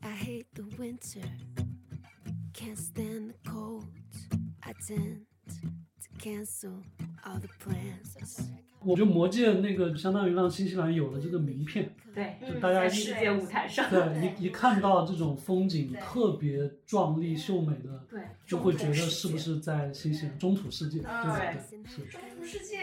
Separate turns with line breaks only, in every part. hate the winter. Can't stand the cold. I tend to cancel all the plans.
我觉得《魔戒》那个相当于让新西兰有了这个名片，
对，
就
嗯
大家
在
一
世界舞台上，
对一一看到这种风景
对
特别壮丽秀美的，
对，
就会觉得是不是在新西兰中土世界？对
嗯
吧对，是。
中途世界，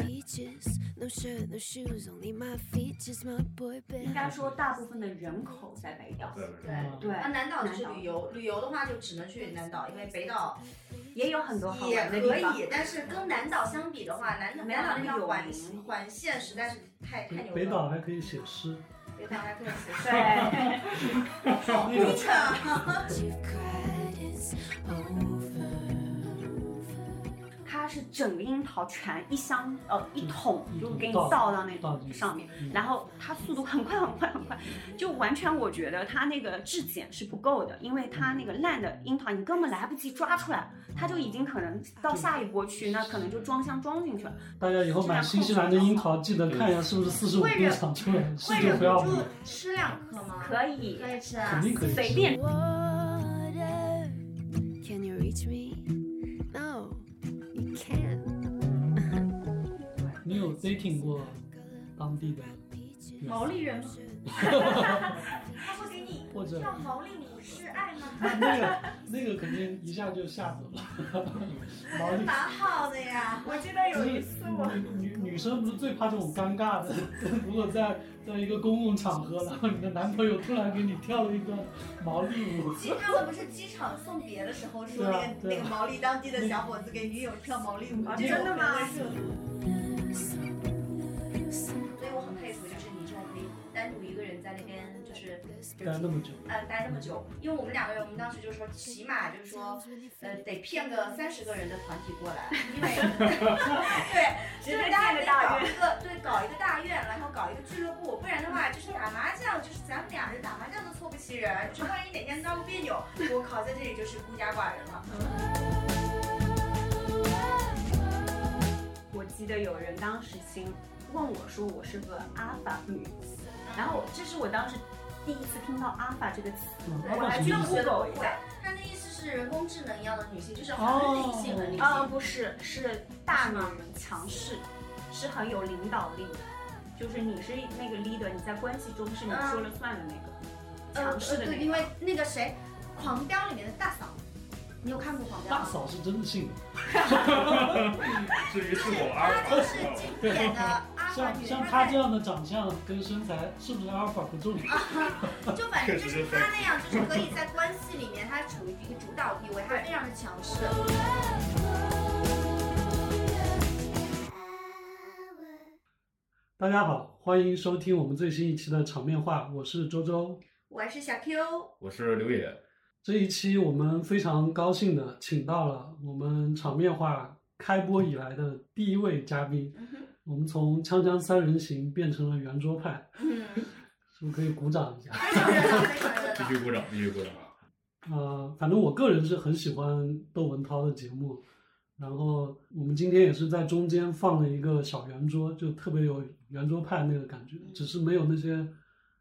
Peaches, no shirt, no shoes, only my features, my boy
应
band.
该说大部分的人口在北岛，
啊
对。
对，
那啊南岛就是
南岛
旅游，旅游的话就只能去南岛，因为北岛
也有很多好
也
玩的
可
地方。
以，但是跟南岛相比的话，南
南
南
岛那
岛那
个
条
有
环
名
环线实在是太太
北
牛了。
北岛还可以写诗，
北岛还可以写 诗，
对，
好
那个
灰啊！
You've cried, it's over.
它是整个樱桃全一箱呃一桶
一
就
桶
给你
倒
倒到那
倒进去
上面
嗯，
然后它速度很快很快很快，就完全我觉得它那个质检是不够的，因为它那个烂的樱桃你根本来不及抓出来，它就已经可能到下一波去，那可能就装箱装进去了。
大家以后买新西兰的樱桃，记得看一下是不是四十五
会
度
忍
长出来，是
会
就
忍
不要
不
买
住，吃两颗吗？
可以，
可以吃
肯
啊。
定可以
随
吃。
便
Water, can you reach me? No, you can't.
你有 dating 过当地的，
Peaches,
毛利人吗？ 他会给你
或者
跳毛利舞示爱吗？
那个那个肯定一下就吓走了， 毛利。
蛮好的呀，我记得
就是女女生不是最怕这种尴尬的，如果在在一个公共场合，然后你的男朋友突然给你跳了一段毛利舞，
机他们不是机场送别的时候说
对
那
啊对啊
个那个毛利当地的小伙子给女友跳毛利舞，
啊
这种
真的吗
我也是所以我很佩服，就是你这种可以单独一个人在那边就是
待那么久，
呃待那么久，因为我们两个人，我们当时就说起码就是说。呃，得骗个三十个人的团体过 来，因为对，
直
就
接
是大家
建
得
个大
搞一个对搞一个大院，然后搞一个俱乐部，不然的话就是打麻将，就是咱们俩人打麻将都凑不齐人，就是万一哪天闹个别扭，我靠，在这里就是孤家寡人了。
我记得有人当时新问我说我是个阿法女，然后这是我当时第一次听到阿法这个词，
嗯，
对
阿
我
爸
还
什
去
么意思？
学的
狗一
不会
下，
他那意思是人工智能一样的女性，就是很理性，很理性。
啊，不是，是大女人强势，是很有领导力的，就是你是那个 leader，你在关系中是你
嗯
说了算的那个，
呃
强势
呃
的
对，
那
因
个。
为那个谁，《狂飙》里面的大嫂，你有看过《狂飙》
大
吗？
嫂是真的信的，
至于是我阿
她
尔法
就是经典 的阿法
像
女，
像
她
她
在
这样的长相跟身材，是不是阿尔法不重要？
就反正就是他那样，就是可以在关系里面，他处于一个主导地位，他非常的强势。
大家好，欢迎收听我们最新一期的场面话，我是周周。
我是小 Q，
我是刘野，
这一期我们非常高兴的请到了我们场面话开播以来的第一位嘉宾，
嗯哼，
我们从锵锵三人行变成了圆桌派，
嗯，
是不是可以鼓掌一下？
非常热闹，非常热 闹。
必须鼓掌，必须鼓掌。啊
呃，反正我个人是很喜欢窦文涛的节目，然后我们今天也是在中间放了一个小圆桌，就特别有圆桌派那个感觉，只是没有那些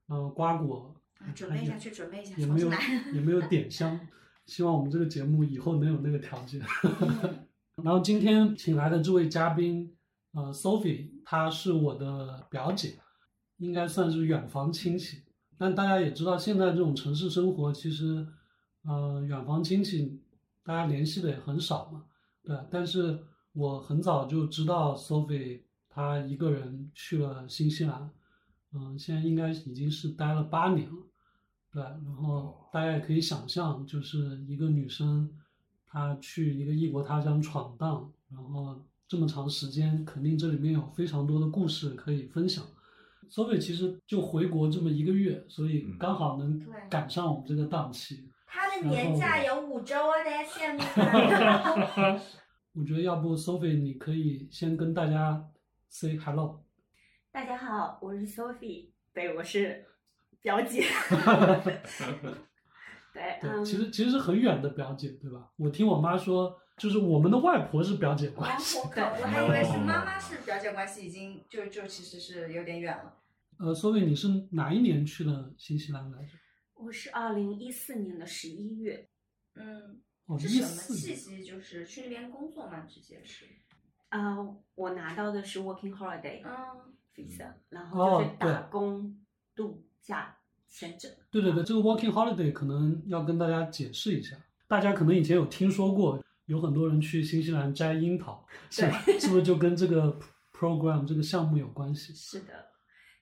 呃瓜果，
啊准备一下，去准备一下，
嗯也
重
没
新
有
来。
也没有点香。希望我们这个节目以后能有那个条件。
嗯
然后今天请来的这位嘉宾，呃，Sophie，她是我的表姐，应该算是远房亲戚。但大家也知道，现在这种城市生活，其实，呃，远房亲戚大家联系的也很少嘛，对吧。但是我很早就知道 Sophie 她一个人去了新西兰，嗯、现在应该已经是待了八年了。对，然后大家也可以想象，就是一个女生，她去一个异国他乡闯荡，然后这么长时间，肯定这里面有非常多的故事可以分享。Sophie 其实就回国这么一个月，所以
嗯
刚好能
对
赶上我们这个档期。
他的年假有五周啊，大家羡 慕吗？
我觉得要不 Sophie 你可以先跟大家 say hello，
大家好，我是 Sophie，对，我是表姐。 对，
对，
嗯，
其实其实是很远的表姐，对吧？我听我妈说，就是我们的外婆是表姐关系。
我靠，我还以为是妈妈是表姐关系，已经就就其实是有点远了。
呃，Sophie 你是哪一年去的新西兰来着？
我是二零一四年的十一月，
嗯，
哦，
是
一
什么
四
契
年
机？就是去那边工作嘛，直接是。
啊、我拿到的是 working holiday
嗯
visa，然后就是
哦对
打工度假签证。
对对对，这个 working holiday 可能要跟大家解释一下，大家可能以前有听说过，有很多人去新西兰摘樱桃，是吧是不是就跟这个 program 这个项目有关系？
是的，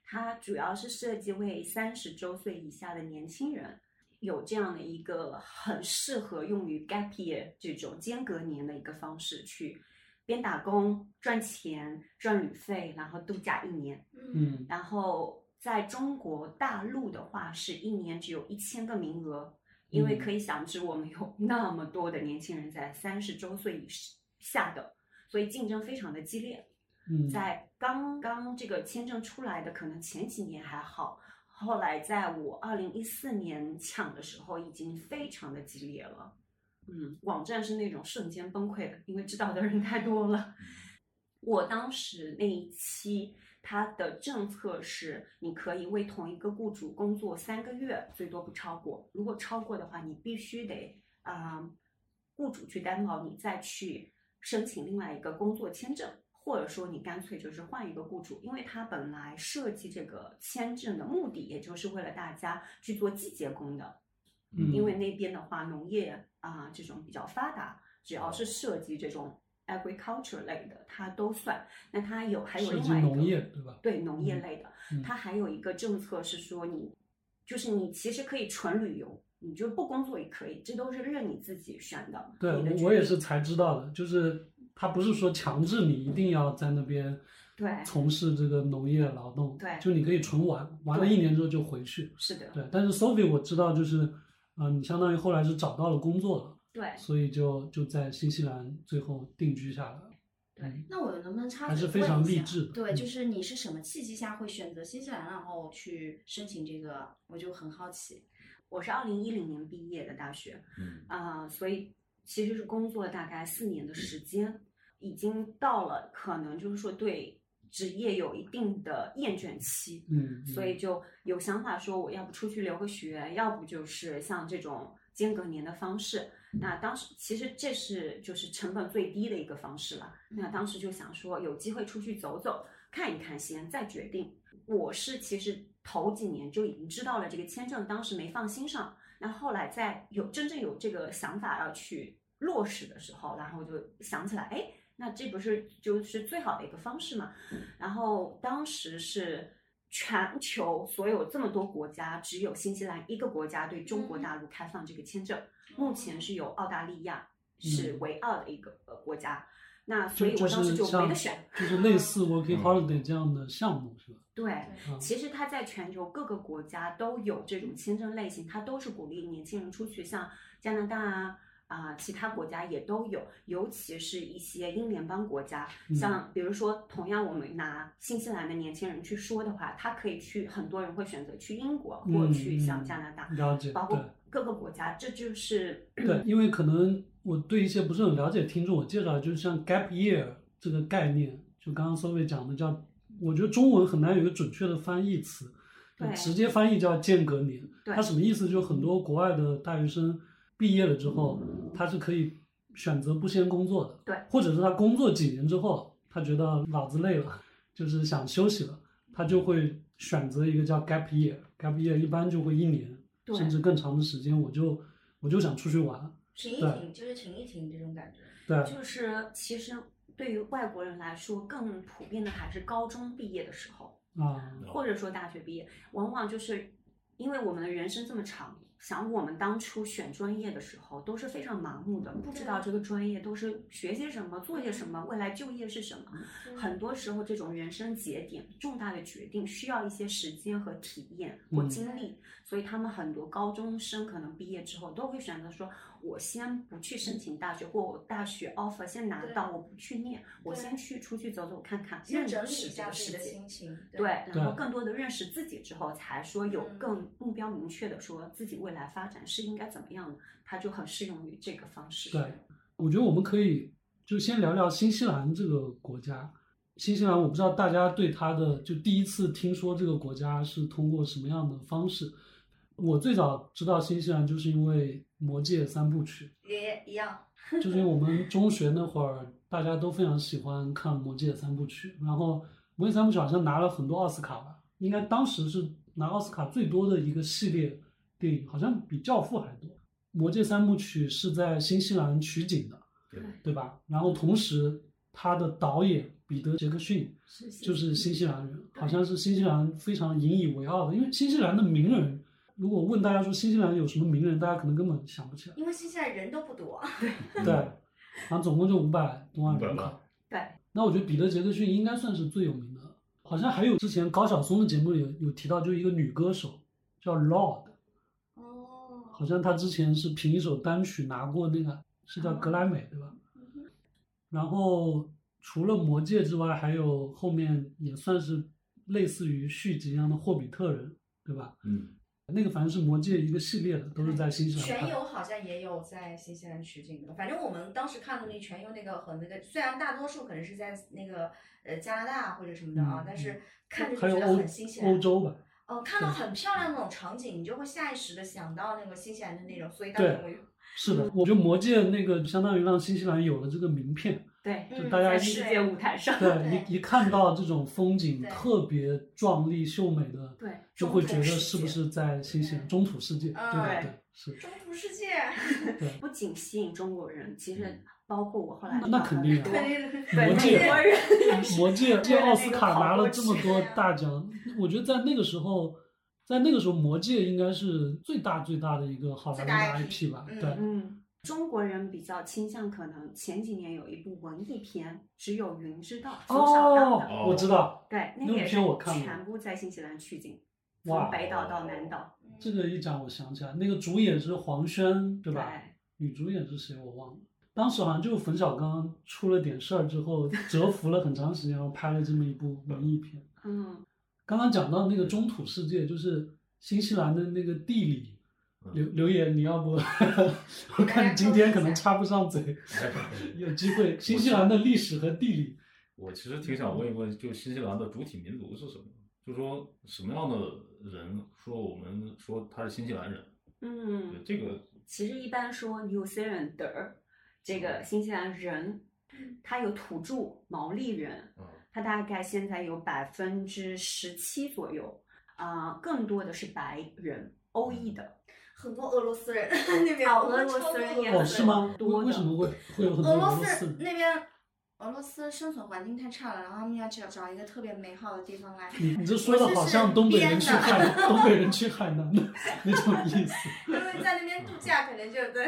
它主要是设计为三十周岁以下的年轻人有这样的一个很适合用于 gap year 这种间隔年的一个方式去边打工赚钱赚旅费，然后度假一年。
嗯
嗯，
然后在中国大陆的话，是一年只有一千个名额，因为
嗯
可以想知我们有那么多的年轻人在三十周岁以下的，所以竞争非常的激烈。
嗯，
在刚刚这个签证出来的，可能前几年还好，后来在我二零一四年抢的时候，已经非常的激烈了。嗯，网站是那种瞬间崩溃的，因为知道的人太多了。 我当时那一期，它的政策是，你可以为同一个雇主工作三个月，最多不超过。如果超过的话，你必须得啊、雇主去担保你再去申请另外一个工作签证，或者说你干脆就是换一个雇主，因为他本来设计这个签证的目的，也就是为了大家去做季节工的，
嗯
因为那边的话农业啊、这种比较发达，只要是涉及这种 agriculture 类的，它都算。那它有还有
涉
另
及
外一个
农业对吧？
对农业
嗯
类的，
嗯
它还有一个政策是说你，就是你其实可以纯旅游，你就不工作也可以，这都是任你自己选的。
对
你的
我
决
我也
定
是才知道的，就是他不是说强制你一定要在那边
对
从事这个农业劳动，
对
就你可以纯玩，玩了一年之后就回去。
是的，
对，但是 Sophie 我知道就是，嗯、你相当于后来是找到了工作了。
对
所以就就在新西兰最后定居下来了。嗯
对，那我能不能插
还
嘴
是
问
非常
一
励
下
志的
对，
嗯
就是你是什么契机下会选择新西兰，然后去申请这个？我就很好奇。
我是二零一零年毕业的大学，
嗯
啊、所以其实是工作大概四年的时间，已经到了可能就是说对职业有一定的厌倦期，
嗯，
所以就有想法说我要不出去留个学，要不就是像这种间隔年的方式。那当时其实这是就是成本最低的一个方式了。
嗯
那当时就想说有机会出去走走看一看先，再决定。我是其实头几年就已经知道了这个签证，当时没放心上。那后来在有真正有这个想法要去落实的时候，然后我就想起来，哎，那这不是就是最好的一个方式嘛？
嗯
然后当时是全球所有这么多国家，只有新西兰一个国家对中国
嗯
大陆开放这个签证，
哦
目前是由澳大利亚是
嗯
唯二的一个呃国家。那所
就
以我当时
是
就没
像
得选。
就是类似 working
嗯
holiday 这样的项目 是吧？
对，
嗯
其实它在全球各个国家都有这种签证类型，它都是鼓励年轻人出去，像加拿大啊啊、其他国家也都有，尤其是一些英联邦国家，
嗯
像比如说，同样我们拿新西兰的年轻人去说的话，他可以去，很多人会选择去英国或者去
嗯嗯
像加拿大，
了解，
包括
对
各个国家，这就是
对，因为可能我对一些不是很了解的听众，我介绍就是像 gap year 这个概念，就刚刚 Sophie 讲的叫，我觉得中文很难有一个准确的翻译词，就
对
直接翻译叫间隔年。
对
它什么意思？就很多国外的大学生毕业了之后，他是可以选择不先工作的，
对
或者是他工作几年之后，他觉得脑子累了，就是想休息了，他就会选择一个叫 gap year。gap year 一般就会一年，
对
甚至更长的时间，我就我就想出去玩，
停一
对
停，就是停一停这种感觉。
对，
就是其实对于外国人来说，更普遍的还是高中毕业的时候。
啊，
嗯或
嗯
者说大学毕业，往往就是因为我们的人生这么长，想我们当初选专业的时候都是非常盲目的，不知道这个专业都是学些什么、做些什么、未来就业是什么。
嗯
很多时候，这种人生节点、重大的决定需要一些时间和体验或
嗯
经历，所以他们很多高中生可能毕业之后都会选择说，我先不去申请大学，或我大学 offer 先拿
对
到，我不去念，我
对
先去出去走走看看，
先
认
整理
识
一
这
下
个
自己
世
的
界。
心情。
对，然后
对
更多的认识自己之后，才说有
嗯
更目标明确的说自己未来发展是应该怎么样的，它就很适用于这个方式。
对，我觉得我们可以就先聊聊新西兰这个国家。新西兰，我不知道大家对它的就第一次听说这个国家是通过什么样的方式。我最早知道新西兰就是因为《魔戒》三部曲，
也一样。
就是因为我们中学那会儿大家都非常喜欢看《魔戒》三部曲，然后《魔戒》三部曲好像拿了很多奥斯卡吧，应该当时是拿奥斯卡最多的一个系列电影，好像比《教父》还多。《魔戒》三部曲是在新西兰取景的，
对
对吧？然后同时他的导演彼得·杰克逊
是
就是新西兰人，好像是新西兰非常引以为傲的，因为新西兰的名人，如果问大家说新西兰有什么名人，大家可能根本想不起来。
因为新西兰人都不多，
嗯
对，然后总共就五百多万人
500
口
万。
对，
那我觉得彼得·杰克逊应该算是最有名的，好像还有之前高晓松的节目里有有提到，就一个女歌手叫 Lord，
哦，
好像她之前是凭一首单曲拿过那个是叫格莱美对吧？
嗯
然后除了《魔戒》之外，还有后面也算是类似于续集一样的《霍比特人》，对吧？
嗯，
那个反正是《魔戒》一个系列的，都是在新西兰
全
拍的。
游好像也有在新西兰取景的，反正我们当时看的那全游那个和那个，虽然大多数可能是在那个呃加拿大或者什么的啊
嗯，
但是看着
还
就
有
觉得
欧
很新西
欧
兰。
洲吧，
哦，看到很漂亮那种场景，你就会下意识的想到那个新西兰的那种，所以当
对
时我就是嗯
的，我觉得《魔戒》那个相当于让新西兰有了这个名片，
对，
就
嗯
大家
在
一
世界舞台上，
对一一看到这种风景
对
特别壮丽秀美的，
对
就会觉
中土
得
世
是不
界
是在新西兰中土世界？对
嗯
对
对
对，是
中途世界，嗯
不仅吸引中国人，其实
嗯
包括我后来
那那肯定啊
对
对
对
魔
美
戒
国人，
《魔戒》这奥斯卡拿了这么
为了
多
那个跑过去啊
大奖，我觉得在那个时候，在那个时候，《魔戒》应该是最大最大的一个好莱坞
最大
的
IP
IP 吧？
嗯
对，哦
嗯，中国人比较倾向，可能前几年有一部文艺片，只有云知道，冯小刚的，
我知道，
对，那
那
个
部
也是
片我看了
全部在新西兰取景，
哇
从北岛到南岛，
这个一讲我想起来，那个主演是黄轩，对
对
吧？女主演是谁我忘了。当时好像就是冯小刚出了点事儿之后，蛰伏了很长时间，然后拍了这么一部文艺片。
嗯，
刚刚讲到那个中土世界，就是新西兰的那个地理。
嗯
刘刘野，你要不，我看你今天可能插不上嘴，有机会。新西兰的历史和地理，
我其实挺想问一问，就新西兰的主体民族是什么？就说什么样的人说我们说他是新西兰人？对
嗯，
这个
其实一般说 New Zealander 这个新西兰人，他有土著毛利人，
嗯
他大概现在有百分之十七左右，啊、更多的是白人，欧裔的，
很多俄罗斯人那边，
哦
我们
俄罗
超
斯
多
人也
俄罗
哦，
很
斯
是
人
吗？为
多的
为什么会会有很多
俄
俄
罗
罗
斯
斯？
那边，俄罗斯生存环境太差了，然后他们要找找一个特别美好的地方来。
你你这说的好像东北人去海，东北人去海南的 那种意思。
因为在那边
嗯
度假，可能 就对，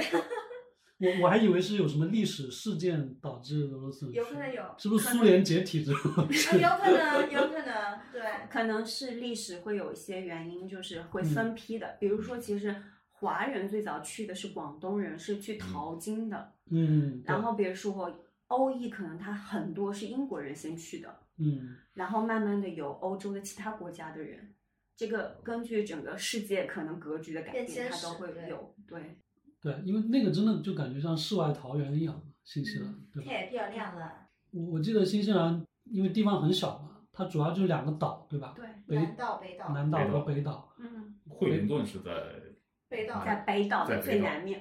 我我还以为是有什么历史事件导致俄罗斯人
有
去
可能有
是不是苏联解体 之后？
啊，有可能，有可能， 对，
可能是历史会有一些原因，就是会分批的。比如说，其实华人最早去的是广东人，是去淘金的。
嗯，对
然后比如说欧裔，可能他很多是英国人先去的，
嗯，
然后慢慢的有欧洲的其他国家的人。这个根据整个世界可能格局的改
变
变，
迁
它都
史
会
对
有。对，
对，因为那个真的就感觉像世外桃源一样，新西兰，对吧？
太漂亮了，
我我记得新西兰因为地方很小嘛，它主要就两个岛，对吧？
对，
北
南岛、北岛、
南岛和北岛。
嗯，
惠灵顿是在
北岛，
在北岛的
在北
最
岛
南面，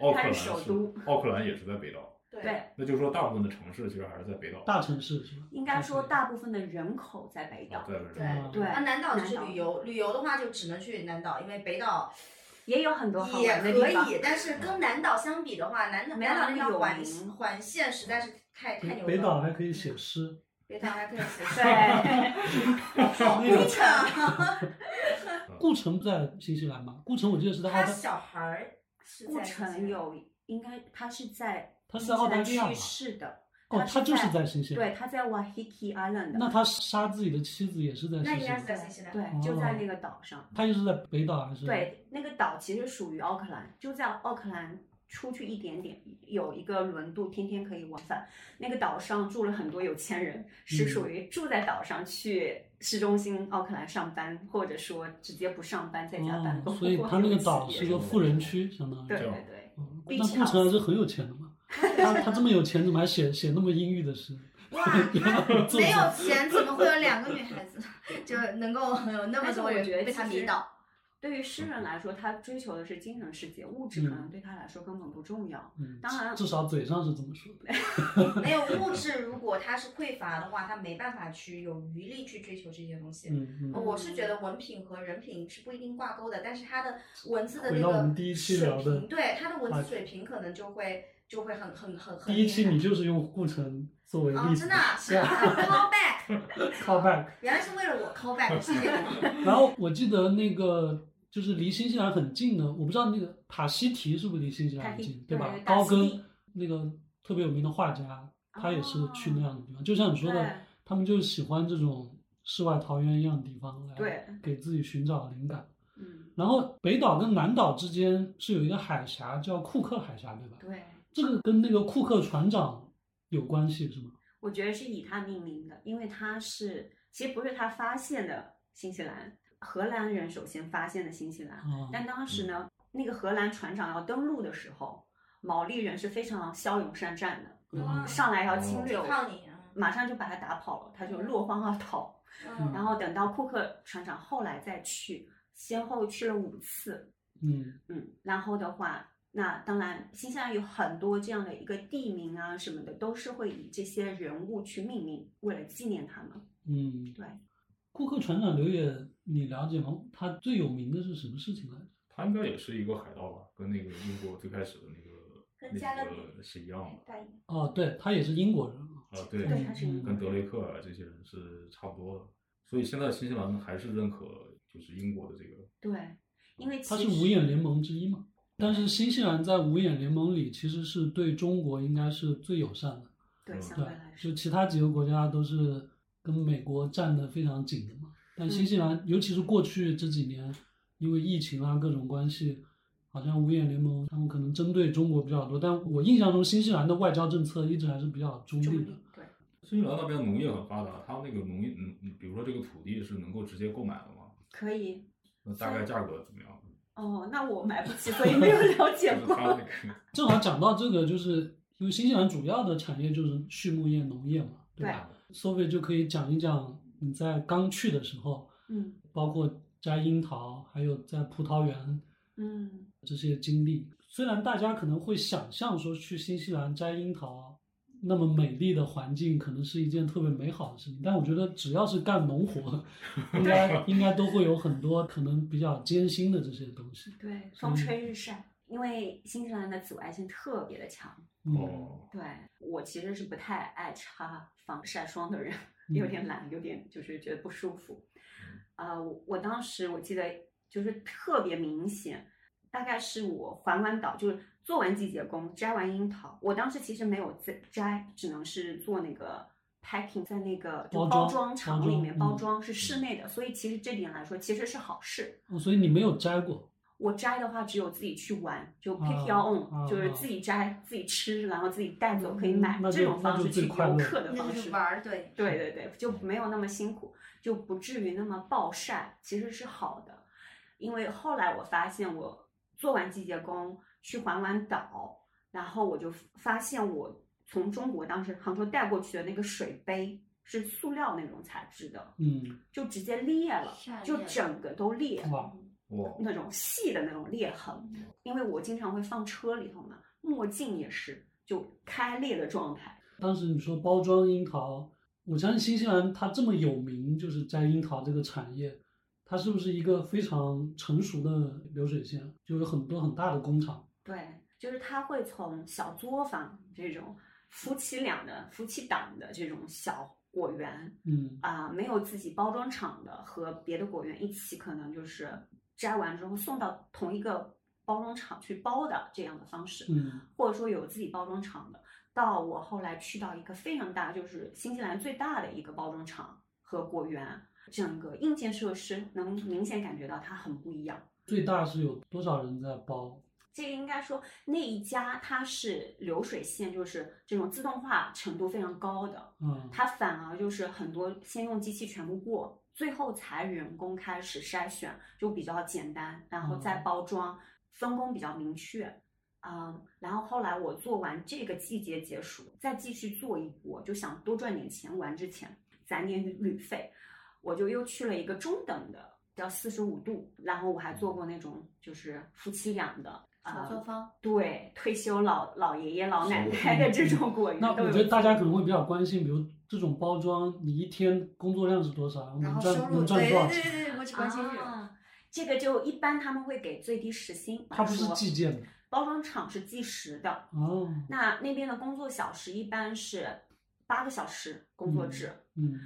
哦，奥克
它
兰
是首都，
奥克兰也是在北岛，
对，
对，
那就是说大部分的城市其实还是在北岛。
大城市是吧？啊
应该说大部分的人口在北岛
哦，在
对
北岛
对
那南岛就是
南岛
旅游，旅游的话就只能去南岛，因为北岛
也有很多好
也
玩的地
可
方。
以，但是跟南岛相比的话，南岛
没
南岛
有那么
那条
有
环
名
环线实在是太太
北
牛了，
北岛还可以
嗯
写诗，
北岛还可以写诗，
对，
好
那个
孤城，
顾城不在新西兰吗？顾城我记得是在澳
他
大，
小孩儿是在
顾
新
城
西兰
有，应该他是在
他是在澳大利亚吧
去世的，
哦，他就是
在
在新西兰。
对，他在 Wahiki Island，
那他杀自己的妻子也是在
那应
新西
该是
兰，
在新西兰，
哦
对，就在那个岛上。
他一直在北岛还是？，
对，那个岛其实属于奥克兰，就在奥克兰出去一点点，有一个轮渡，天天可以往返。那个岛上住了很多有钱人，是
嗯
属于住在岛上去市中心奥克兰上班，或者说直接不上班在家办
哦
公。，
所以他那个岛
对
是个富人区，相当于。
对
这样
对，
嗯那
Beach
顾城还是很有钱的 嘛。他他这么有钱，怎么还写写那么阴郁的诗？
哇，他没有钱怎么会有两个女孩子，就能够有那么
但是
多
我
人
觉得
被他
其
迷
实
倒？
对于诗人来说，他追求的是精神世界，物质可能对他来说根本不重要。
嗯，
当然
至少嘴上是这么说的。
没有物质，如果它是匮乏的话，它没办法去有余力去追求这些东西。
嗯
呃
嗯，
我是觉得文品和人品是不一定挂钩的，但是它的文字的
回
那
到我们
个
第一期
水
聊的
平，对它的文
话
字
题
水平可能就会就会很很很很
第一期
厉害
你就是用顾城作为
哦
啊，
例子，
真的啊是 call back，
call back。
原来是为了我 call back 的事情。
然后我记得那个就是离新西兰很近的，我不知道那个塔希提是不是离新西兰很
塔希
近，对吧
对？
高
塔希
更
提
那个特别有名的画家，他也是去
啊
那样的地方，就像你说
哦对
的，他们就是喜欢这种世外桃源一样的地方来
对
给自己寻找灵感。
嗯，
然后北岛跟南岛之间是有一个海峡叫库克海峡，对吧？
对，
这个跟那个库克船长有关系是吗？
我觉得是以他命名的，因为他是其实不是他发现的新西兰，荷兰人首先发现的新西兰。
啊、
但当时呢，那个荷兰船长要登陆的时候，毛利人是非常骁勇善战的，
嗯
上来要 侵略
就
我，
靠你啊！
马上就把他打跑了，他就落荒而逃。
嗯
然后等到库克船长后来再去，先后去了五次，
嗯
嗯，然后的话，那当然新西兰有很多这样的一个地名啊什么的，都是会以这些人物去命名，为了纪念他们。
嗯，
对。
库克船长刘也，你了解吗？他最有名的是什么事情来着？
他应该也是一个海盗吧，跟那个英国最开始的那个
跟加勒
那
比
几个是一样的
哎大爷
哦，对，他也是英国人啊。
啊，对，
对他是英国
跟
人
德雷克啊这些人是差不多的，所以现在新西兰还是认可就是英国的这个，
对，因为
他
其
是
实
五眼联盟之一嘛。但是新西兰在五眼联盟里，其实是对中国应该是最友善的，
对
嗯
相
对
对来，说
就，其他几个国家都是跟美国站得非常紧的嘛。但新西兰，尤其是过去这几年，因为疫情啊各种关系，好像五眼联盟他们可能针对中国比较多。但我印象中，新西兰的外交政策一直还是比较中
中
立的
立。对，
新西兰那边农业很发达，他那个农业，嗯，嗯比如说这个土地是能够直接购买的嘛，
可以。
那大概价格怎么样？
哦，那我买不 起，所以没有了
就
解
是
过。
他那个。
正好讲到这个，就是因为新西兰主要的产业就是畜牧业、农业嘛，对吧？Sophie 就可以讲一讲你在刚去的时候，
嗯
包括摘樱桃，还有在葡萄园
嗯，
这些经历。虽然大家可能会想象说去新西兰摘樱桃，那么美丽的环境可能是一件特别美好的事情，但我觉得只要是干农活，应该应该都会有很多可能比较艰辛的这些东西。
对，
嗯
风吹日晒，因为新西兰的紫外线特别的强。
嗯，
哦，
对我其实是不太爱擦防晒霜的人，有
嗯
点懒，有点就是觉得不舒服。啊、我我当时我记得就是特别明显，大概是我环完岛，就是做完季节工，摘完樱桃。我当时其实没有摘摘，只能是做那个 packing，在那个就
包
包
装包
装厂里面
装嗯
包装是室内的，所以其实这点来说其实是好事。
哦所以你没有摘过，
我摘的话，只有自己去玩，就
啊
pick your own，、
啊
就是
啊
自己摘、自己吃，然后自己带走可以
嗯
买，
那
这
就
种
那
方
就
式
最
去
快
游
乐
客的
那
方
就是
式。
玩儿，对，
对对对，就没有那么辛苦，就不至于那么暴晒，其实是好的。因为后来我发现，我做完季节工去环完岛，然后我就发现我从中国当时杭州带过去的那个水杯是塑料那种材质的，
嗯，
就直接裂了
晒，
就
裂了
整个都裂了。
哇，
哇，
那种细的那种裂痕，因为我经常会放车里头嘛，墨镜也是就开裂的状态。
当时你说包装樱桃，我相信新西兰它这么有名，就是摘樱桃这个产业，它是不是一个非常成熟的流水线？就有很多很大的工厂。
对，就是他会从小作坊这种夫妻俩的、夫妻档的这种小果园
嗯
啊、没有自己包装厂的，和别的果园一起，可能就是摘完之后送到同一个包装厂去包的这样的方式。
嗯
或者说有自己包装厂的。到我后来去到一个非常大，就是新西兰最大的一个包装厂和果园，整个硬件设施能明显感觉到它很不一样。
最大是有多少人在包？
这个应该说那一家它是流水线，就是这种自动化程度非常高的，
嗯
它反而就是很多先用机器全部过，最后才人工开始筛选，就比较简单，然后再
嗯
包装，分工比较明确。嗯，然后后来我做完这个季节结束，再继续做一波，就想多赚点钱，玩之前攒点旅费，我就又去了一个中等的要四十五度，然后我还做过那种就是夫妻俩的啊、
曹
呃
作坊，
对退休老老爷爷老奶奶的这种果园
嗯那
都
我觉得
有。
大家可能会比较关心，比如这种包装，你一天工作量是多少，
然
能
后收
嗯赚
入
能
对
赚多少
对对
钱？
对对，我只关心这个。
啊，这个就一般他们会给最低时薪来说，
它不是计件的
包装厂是计时的，
哦，
那那边的工作小时一般是八个小时工作制。
嗯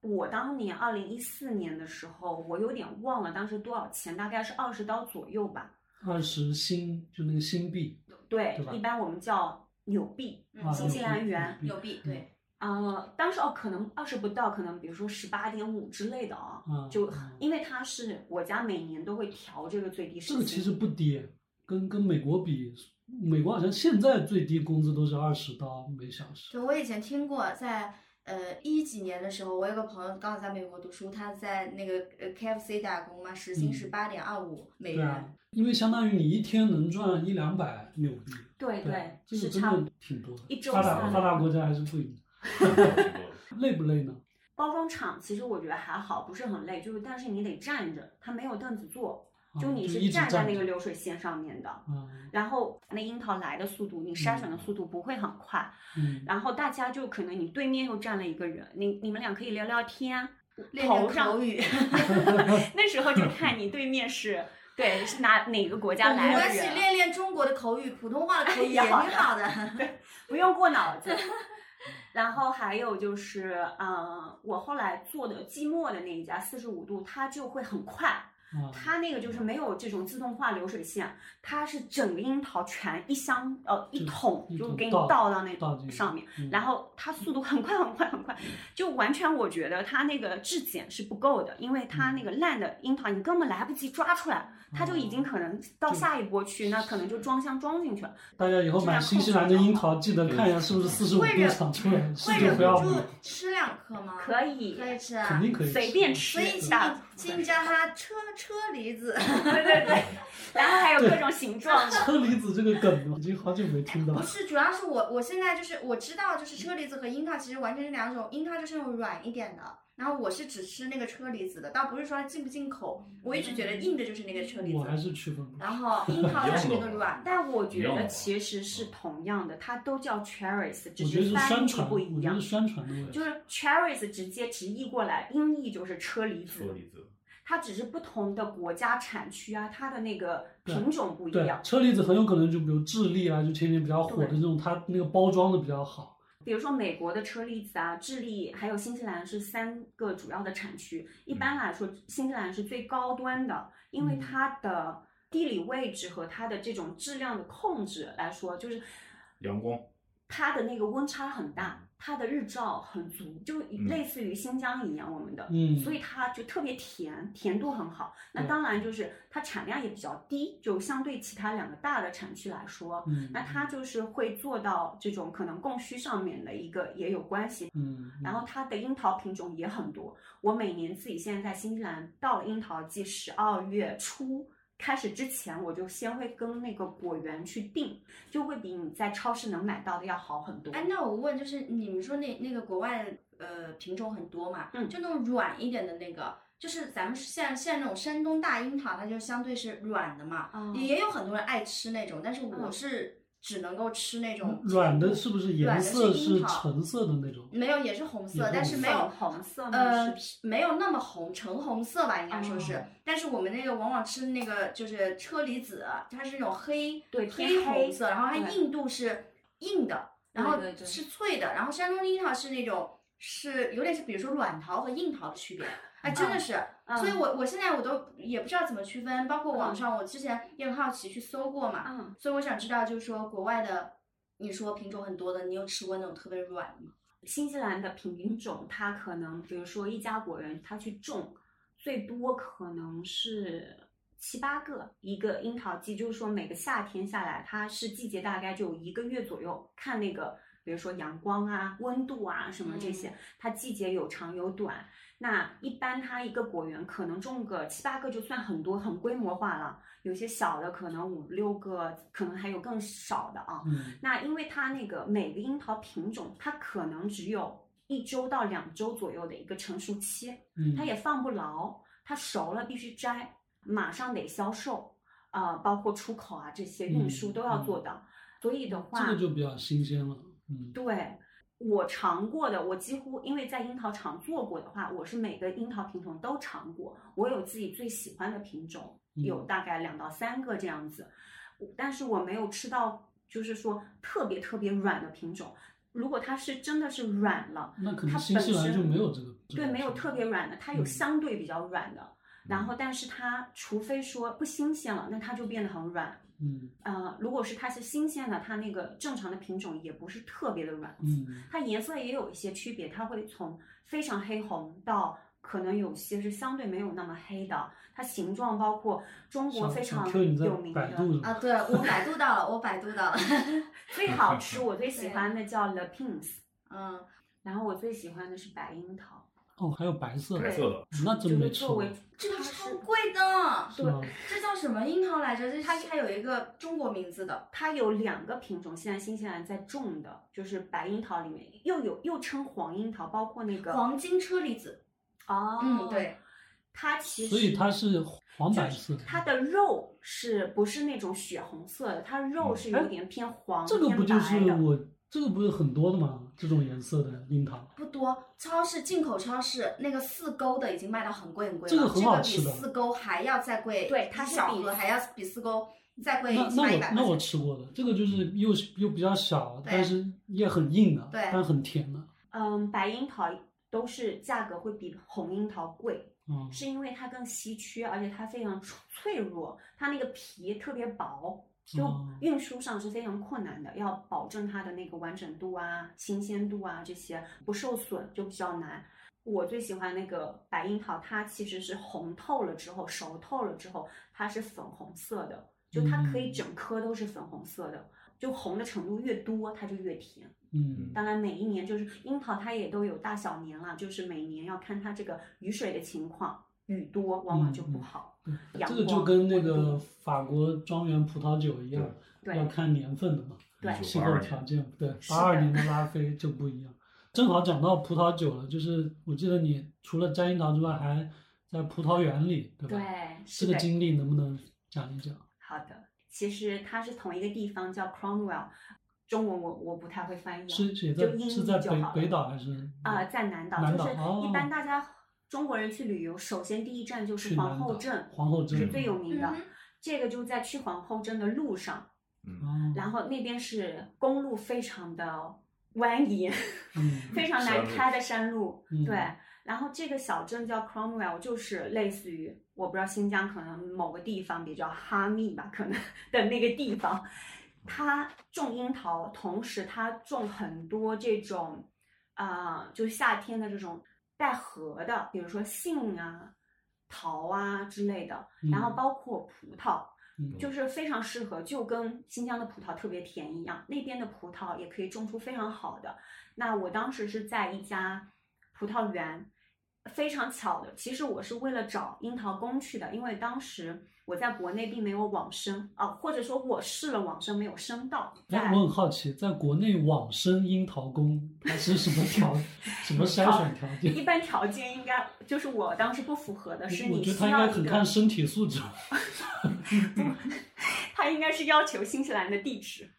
我当年二零一四年的时候，我有点忘了当时多少钱，大概是二十刀左右吧。
二十新就那个新币，
对，
对吧
一般我们叫纽币，
啊
嗯，
新西兰元。
纽
纽币，
嗯
对，
呃，当时哦，可能二十不到，可能比如说十八点五之类的啊、
啊
就
啊
因为它是我家每年都会调这个最低时
这
薪。
个其实不低，跟跟美国比，美国好像现在最低工资都是二十刀每小时。
就我以前听过，在呃一几年的时候，我有个朋友刚好在美国读书，他在那个呃 KFC 打工嘛，时薪
嗯
是八点二五美
对啊
元，，
因为相当于你一天能赚一两百纽币，
对
对，啊这
是
个真
差不
的
多。
挺多的。
一周
发达
下
发
来
达国家还是不一样，累不累呢？
包装厂其实我觉得还好，不是很累，就是但是你得站着，它没有凳子坐，
啊
就你
就是一直
站在
站
那
着
个流水线上面的。
啊，
然后那樱桃来的速度，你筛选的速度不会很快，
嗯，
然后大家就可能你对面又站了一个人，你你们俩可以聊聊天，
练练
头 上
口语。
那时候就看你对面是对是哪哪个国家
没
来
关
的
系，
人，啊哎
练练中国的口语，普通话的口语也
也
挺
好的
好的。
不用过脑子。然后还有就是，嗯，我后来做的即墨的那一家四十五度，它就会很快，
啊，
它那个就是没有这种自动化流水线，它是整个樱桃全一箱呃一
就
桶
一
就
桶
给你
倒
倒到那
倒进去
上面，
嗯
然后它速度很快很快很快，就完全我觉得它那个质检是不够的，因为它那个
嗯
烂的樱桃你根本来不及抓出来，它就已经可能到
哦就
下一波去，那可能就装箱装进去了。
大家以后
质
买
量
新
控
西
制
兰的
比较
樱
好
桃，记得看一下是不是四十五
会
度
忍
产出来，是
会
就
忍
不
不
要
住
买，
吃两颗吗？
可以
可以吃
肯
啊。
哦定可以吃，
随便吃
所以，请
大
你，请你叫他车车厘子，
对对对，然后还有各种形状的，
车厘子这个梗已经好久没听到
不
了，
是，主要是我我现在就是我知道，就是车厘子和樱桃其实完全是两种，樱桃就是那种软一点的，然后我是只吃那个车厘子的，倒不是说它进不进口，我一直觉得硬的就是那个车厘
我还
子，
是区分不
啊
出。
然后樱桃就是那个软的，
但我
一
觉
样
得
的
其实是同样的，它都叫 cherries，
嗯
只
我觉得
是
是
翻
宣
译
传，
不
我
一
觉
样
得。宣传的问
就
题。
是 cherries 直接直译过来，音译就是车厘子，
车厘子，
它只是不同的国家产区啊，它的那个
对
品种不一
对
样，。
车厘子很有可能就比如智利啊，就前几年比较火的
对
这种，它那个包装的比较好。
比如说美国的车厘子啊，智利还有新西兰是三个主要的产区。一般来说，新西兰是最高端的，因为
嗯
它的地理位置和它的这种质量的控制来说，就是
阳光，
它的那个温差很大，它的日照很足，就类似于新疆一样，我们的，
嗯
所以它就特别甜，甜度很好。那
对
当然就是它产量也比较低，就相对其他两个大的产区来说，
嗯，
那它就是会做到这种可能供需上面的一个也有关系。
嗯，
然后它的樱桃品种也很多，我每年自己现在在新西兰到了樱桃季十二月初开始之前，我就先会跟那个果园去订，就会比你在超市能买到的要好 很多。
哎，那我问，就是你们说那那个国外呃品种很多嘛，
嗯
就那种软一点的那个，就是咱们像像那种山东大樱桃，它就相对是软的嘛，
哦
也有很多人爱吃那种，但是我
嗯
是只能够吃那种
嗯软的是不是
软
颜
的
色
是樱
是
桃
橙色的那种？
没有也是红
也
色
是，
但是没有
粉红色
呃
呢是
没有那么红，橙红色吧应该说是，
哦
但是我们那个往往吃那个就是车厘子，它是那种黑
对
黑
偏黑
红色，然后它
对
硬度是硬的，然后
对对对
是脆的，然后山东樱桃是那种是有点是比如说软桃和硬桃的区别。哎，真的是，
嗯
所以我我现在我都也不知道怎么区分，包括网
嗯
上我之前也很好奇去搜过嘛，
嗯，
所以我想知道就是说国外的，你说品种很多的，你有吃过那种特别软 的吗？
新西兰的品种，它可能比如说一家果园，它去种最多可能是七八个一个樱桃季，就是说每个夏天下来，它是季节大概就有一个月左右，看那个比如说阳光啊、温度啊什么这些，它季节有长有短。那一般它一个果园可能种个七八个就算很多，很规模化了。有些小的可能五六个，可能还有更少的啊。
嗯，
那因为它那个每个樱桃品种，它可能只有一周到两周左右的一个成熟期，
嗯
它也放不牢，它熟了必须摘，马上得销售，啊、包括出口啊这些运输
嗯
都要
嗯
做到。所以的话，
这个就比较新鲜了。嗯，
对我尝过的，我几乎因为在樱桃厂做过的话，我是每个樱桃品种都尝过，我有自己最喜欢的品种，有
嗯
大概两到三个这样子，我但是我没有吃到就是说特别特别软的品种。如果它是真的是软了，
那可能
它
新西
本
兰就
身
没有这个。这
对，
个
没有
东西
特别软的，它有
嗯
相对比较软的，然后但是它除非说不新鲜了，那它就变得很软。
嗯
呃，如果是它是新鲜的，它那个正常的品种也不是特别的软，
嗯
它颜色也有一些区别，它会从非常黑红到可能有些是相对没有那么黑的，它形状包括中国
小
非
小
常
Q，你在
有名
百度
的
上
啊，对我百度到了，我百度到了，
最好 吃，我最喜
对
欢的叫 Le Pins，
嗯，
然后我最喜欢的是白樱桃，
哦，还有白色
白
的，
色的，
那
就
真
是
没吃
作
过
为。
这个
它
超
是
贵的，
是吗？
这叫什么樱桃来着？这它它有一个中国名字的，
它有两个品种，现在新西兰在种的，就是白樱桃里面又有又称黄樱桃，包括那个
黄金车厘子，
哦，
嗯，对，，
它其实
所以它是黄白色的。
它的肉是不是那种血红色的？它肉是有
哎
点偏黄、
这个
偏
不就是
白的
我这个不是很多的吗？这种颜色的樱桃，
不多，超市进口超市那个四勾的已经卖到很贵很贵了，
这个很好
比
吃的
四勾还要再贵，
对它是
小
比
盒还要比四勾再贵
那
起
那
码一
我
百
那我
块钱。嗯
吃过的，这个就是
嗯
又又比较小，
对
但是也很硬的，
对
但很甜的，
嗯，白樱桃都是价格会比红樱桃贵，
嗯，
是因为它更稀缺，而且它非常脆脆弱，它那个皮特别薄，就
哦
运输上是非常困难的，要保证它的那个完整度啊、新鲜度啊这些不受损就比较难。我最喜欢那个白樱桃，它其实是红透了之后、熟透了之后，它是粉红色的，就它可以
嗯
整颗都是粉红色的，就红的程度越多，它就越甜。
嗯
当然，每一年就是樱桃，它也都有大小年啦，就是每年要看它这个雨水的情况，雨多往往就不好。
嗯，
阳
这个就
光
跟那
温度
个法国庄园葡萄酒一样，要
对
看年份的嘛，
对
1982
气候
年
条件，对，
是的
八二年的拉菲就不一样。正好讲到葡萄酒了，就是我记得你除了摘樱桃之外，还在葡萄园里，对吧？
对，
这
是
个
的。
经历能不能讲一讲？
好的，其实它是同一个地方，叫 Cromwell，中文我我不太会翻译啊，
是也
就
在
英
是
译
在
就
北
好
北
了
岛还是？
啊、在南岛，
南
就
岛
是一
哦
般大家中国人去旅游，首先第一站就是
去南
皇
岛
后镇，
皇后
是
镇
最有名的
嗯哼。
这个就在去皇后镇的路上，
嗯，
哦，
然后那边是公路非常的蜿蜒，
嗯
非常
山
难
路
开的山路。
嗯
对，然后这个小镇叫 Cromwell，就是类似于我不知道新疆可能某个地方比较哈密吧，可能 的那个地方，它种樱桃，同时它种很多这种，啊、就是夏天的这种带核的，比如说杏啊、桃啊之类的，然后
嗯
包括葡萄。
嗯
就是非常适合，就跟新疆的葡萄特别甜一样，那边的葡萄也可以种出非常好的。那我当时是在一家葡萄园，非常巧的，其实我是为了找樱桃宫去的，因为当时我在国内并没有网申啊，或者说我试了网申没有申到，在
哎，我很好奇，在国内网生樱桃宫，它是什么 条什么筛选条
一
件？
般条件应该就是我当时不符合的是
我
你
觉得
需
它应
要
该
一
很
个
看，身体素质。
他应该是要求新西兰的地址。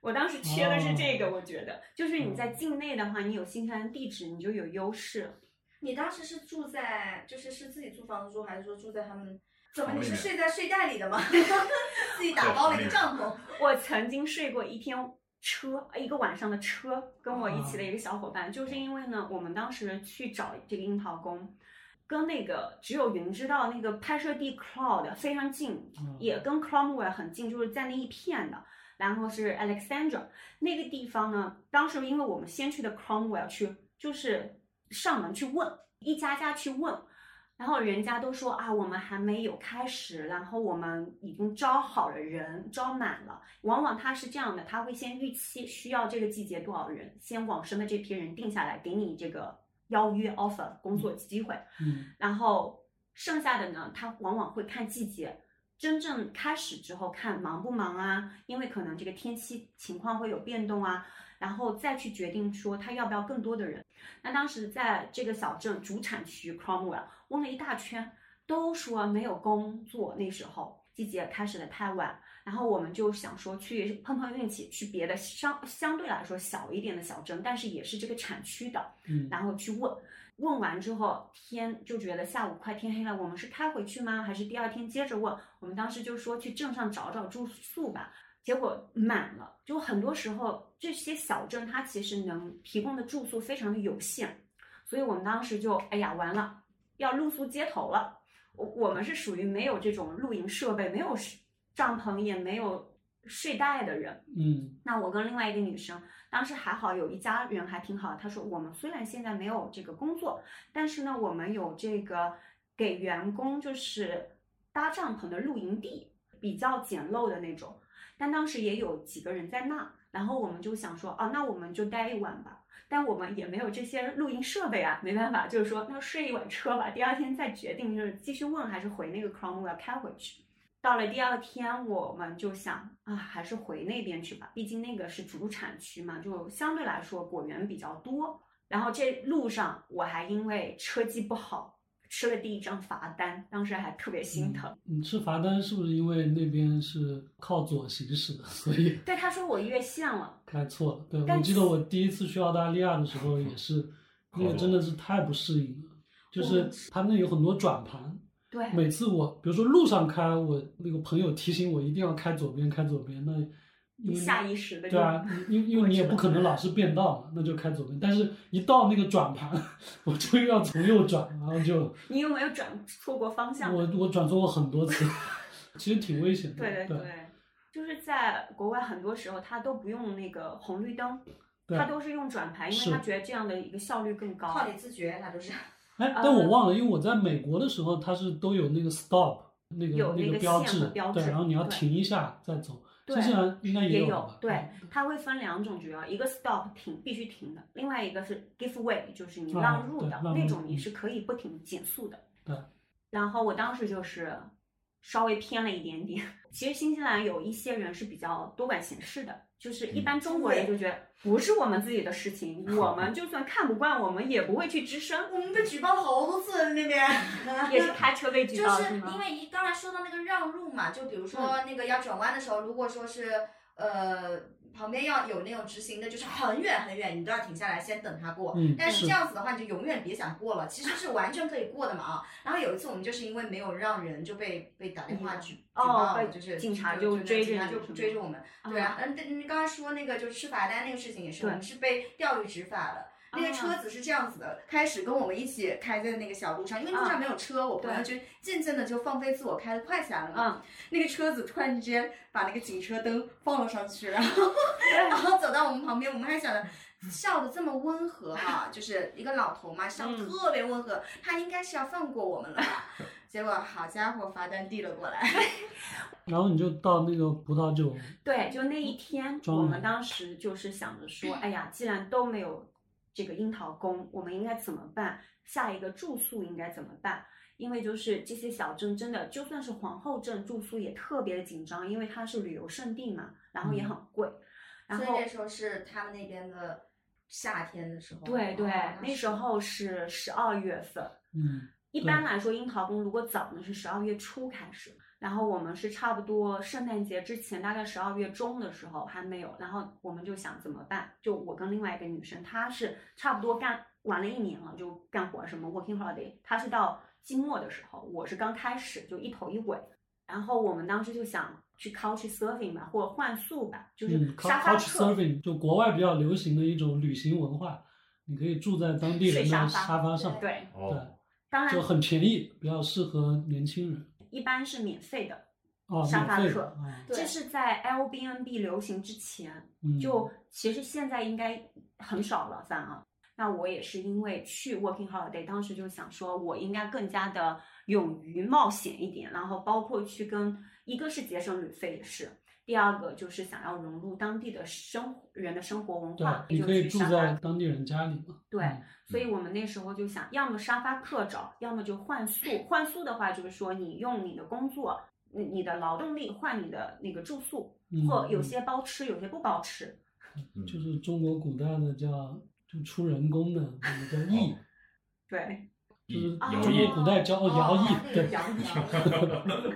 我当时缺的是这个，我觉得就是你在境内的话，你有新西兰地址，你就有优势。
你当时是住在，就是是自己租房子住，还是说住在他们？怎么
房
你
里
是
面
睡在睡袋里的吗？ 自己打包了一个帐篷。
我曾经睡过一天车，呃一个晚上的车，跟我一起的一个小伙伴，就是因为呢，我们当时去找这个樱桃宫，跟那个只有云知道那个拍摄地 Cloud 非常近，
嗯
也跟 Cromwell 很近，就是在那一片的。然后是 Alexandra 那个地方呢，当时因为我们先去的 Cromwell 去，就是上门去问，一家家去问，然后人家都说啊，我们还没有开始，然后我们已经招好了人，招满了。往往他是这样的，他会先预期需要这个季节多少人，先往生的这批人定下来，给你这个邀约 offer 工作机会，
嗯
然后剩下的呢，他往往会看季节。真正开始之后看忙不忙啊，因为可能这个天气情况会有变动啊，然后再去决定说他要不要更多的人。那当时在这个小镇主产区 Cromwell 问了一大圈，都说没有工作，那时候季节开始的太晚，然后我们就想说去碰碰运气，去别的相相对来说小一点的小镇，但是也是这个产区的，
嗯，
然后去问，问完之后天就觉得下午快天黑了，我们是开回去吗？还是第二天接着问？我们当时就说去镇上找找住宿吧，结果满了。就很多时候这些小镇它其实能提供的住宿非常的有限，所以我们当时就哎呀完了，要露宿街头了。我我们是属于没有这种露营设备，没有帐篷，也没有睡袋的人。
嗯
那我跟另外一个女生，当时还好有一家人还挺好，她说我们虽然现在没有这个工作，但是呢，我们有这个给员工就是搭帐篷的露营地，比较简陋的那种。但当时也有几个人在那，然后我们就想说，哦、那我们就待一晚吧。但我们也没有这些露营设备啊，没办法，就是说那睡一晚车吧，第二天再决定，就是继续问还是回那个 Cromwell 开回去。到了第二天，我们就想啊，还是回那边去吧，毕竟那个是主产区嘛，就相对来说果园比较多。然后这路上我还因为车技不好吃了第一张罚单，当时还特别
嗯
心疼。
你吃罚单是不是因为那边是靠左行驶的，所以
对，他说我越线了，
开错了？对，
但
我记得我第一次去澳大利亚的时候也是，
嗯
那个真的是太不适应了，就是它那有很多转盘，
对，
每次我比如说路上开，我那个朋友提醒我一定要开左边，开左边，那因为
下意识的就
对啊，因因为你也不可能老是变道嘛，那就开左边。但是，一到那个转盘， 我就要从右转，然后就
你有没有转错过方向？
我我转错过很多次，其实挺危险的。
对对
对
对，就是在国外很多时候他都不用那个红绿灯，
对
他都是用转盘，因为
是
他觉得这样的一个效率更高。
靠你自觉，那都是。
哎，
呃
但我忘了，因为我在美国的时候，它是都有那个 stop 那个
有那
个
个
标
线和
志，
标
对，
志
然后你要
对
停一下再走。
对
新西兰应该
也
有嗯
有
吧？
对，它会分两种，主要一个 stop 停必须停的，另外一个是 give way，就是你
啊
让入
对
的、
让
那
入
种，你
嗯
是可以不停减速的。
对。
然后我当时就是稍微偏了一点点。其实新西兰有一些人是比较多管闲事的，就是
嗯
一般中国人就觉得不是我们自己的事情，我们就算看不惯，我们也不会去吱声，
我们被举报了好多次那边。
也是开车被举
就
报
是
吗嗯
因？为一刚才说到那个让路嘛，就比如说那个要转弯的时候，如果说是呃旁边要有那种直行的，就是很远很远，你都要停下来先等他过。
嗯，
但是
是
这样子的话，你就永远别想过了，其实是完全可以过的嘛啊。 然后有一次我们就是因为没有让人就被被打电话 举举报
哦
了，
被
就是
警察
就
就追着
警察
你
就是
吗
追着我们。对啊，嗯，但你刚才说那个就是吃罚单那个事情也是，
对
我们是被钓鱼执法了。
啊
那个车子是这样子的，开始跟我们一起开在那个小路上，因为
啊
路上没有车，我朋友就渐渐的就放飞自我，开得快起来了
嗯，
嘛。那个车子突然之间把那个警车灯放了上去，然后然后走到我们旁边，我们还想着笑得这么温和哈、就是一个老头嘛，笑得
嗯
特别温和，他应该是要放过我们了吧？结果好家伙，罚单递了过来，
然后你就到那个葡萄酒，
对，就那一天，
装
我
满
们当时就是想着
嗯
说，哎呀，既然都没有这个樱桃宫，我们应该怎么办？下一个住宿应该怎么办？因为就是这些小镇真的，就算是皇后镇住宿也特别的紧张，因为它是旅游胜地嘛，然后也很贵。然
所以
后
那时候是他们那边的夏天的时候，
对对
哦，
那时候是十二月份，
嗯，
一般来说，樱桃宫如果早呢是十二月初开始，然后我们是差不多圣诞节之前，大概十二月中的时候还没有，然后我们就想怎么办？就我跟另外一个女生，她是差不多干玩了一年了，就干活什么 working holiday，她是到季末的时候，我是刚开始，就一头一尾。然后我们当时就想去 couch surfing 吧，或者换宿吧，就是
嗯
沙发
，couch
客。
surfing 就国外比较流行的一种旅行文化，你可以住在当地人的
睡沙发
沙发上，
对，
哦，
当然
就很便宜，比较适合年轻人。
一般是免费的，
哦，
沙发
免费
客
的啊，
这是在 Airbnb 流行之前。
嗯，
就其实现在应该很少了，反而。那我也是因为去 Working Holiday，当时就想说，我应该更加的勇于冒险一点，然后包括去跟一个是节省旅费是，第二个就是想要融入当地的生活人的生活文
对
化，，
你
就
可以
去
住
沙发
在当地人家里嘛。
对
嗯
所以我们那时候就想，要么沙发客找，要么就换宿。换宿的话，就是说你用你的工作、你你的劳动力换你的那个住宿，
嗯
或有
嗯
些包吃，有些不包吃。
嗯
就是中国古代的叫就出人工的那个叫役
哦，
对，
就是
啊
徭
中
役
国古代叫哦徭役，对，
洋洋，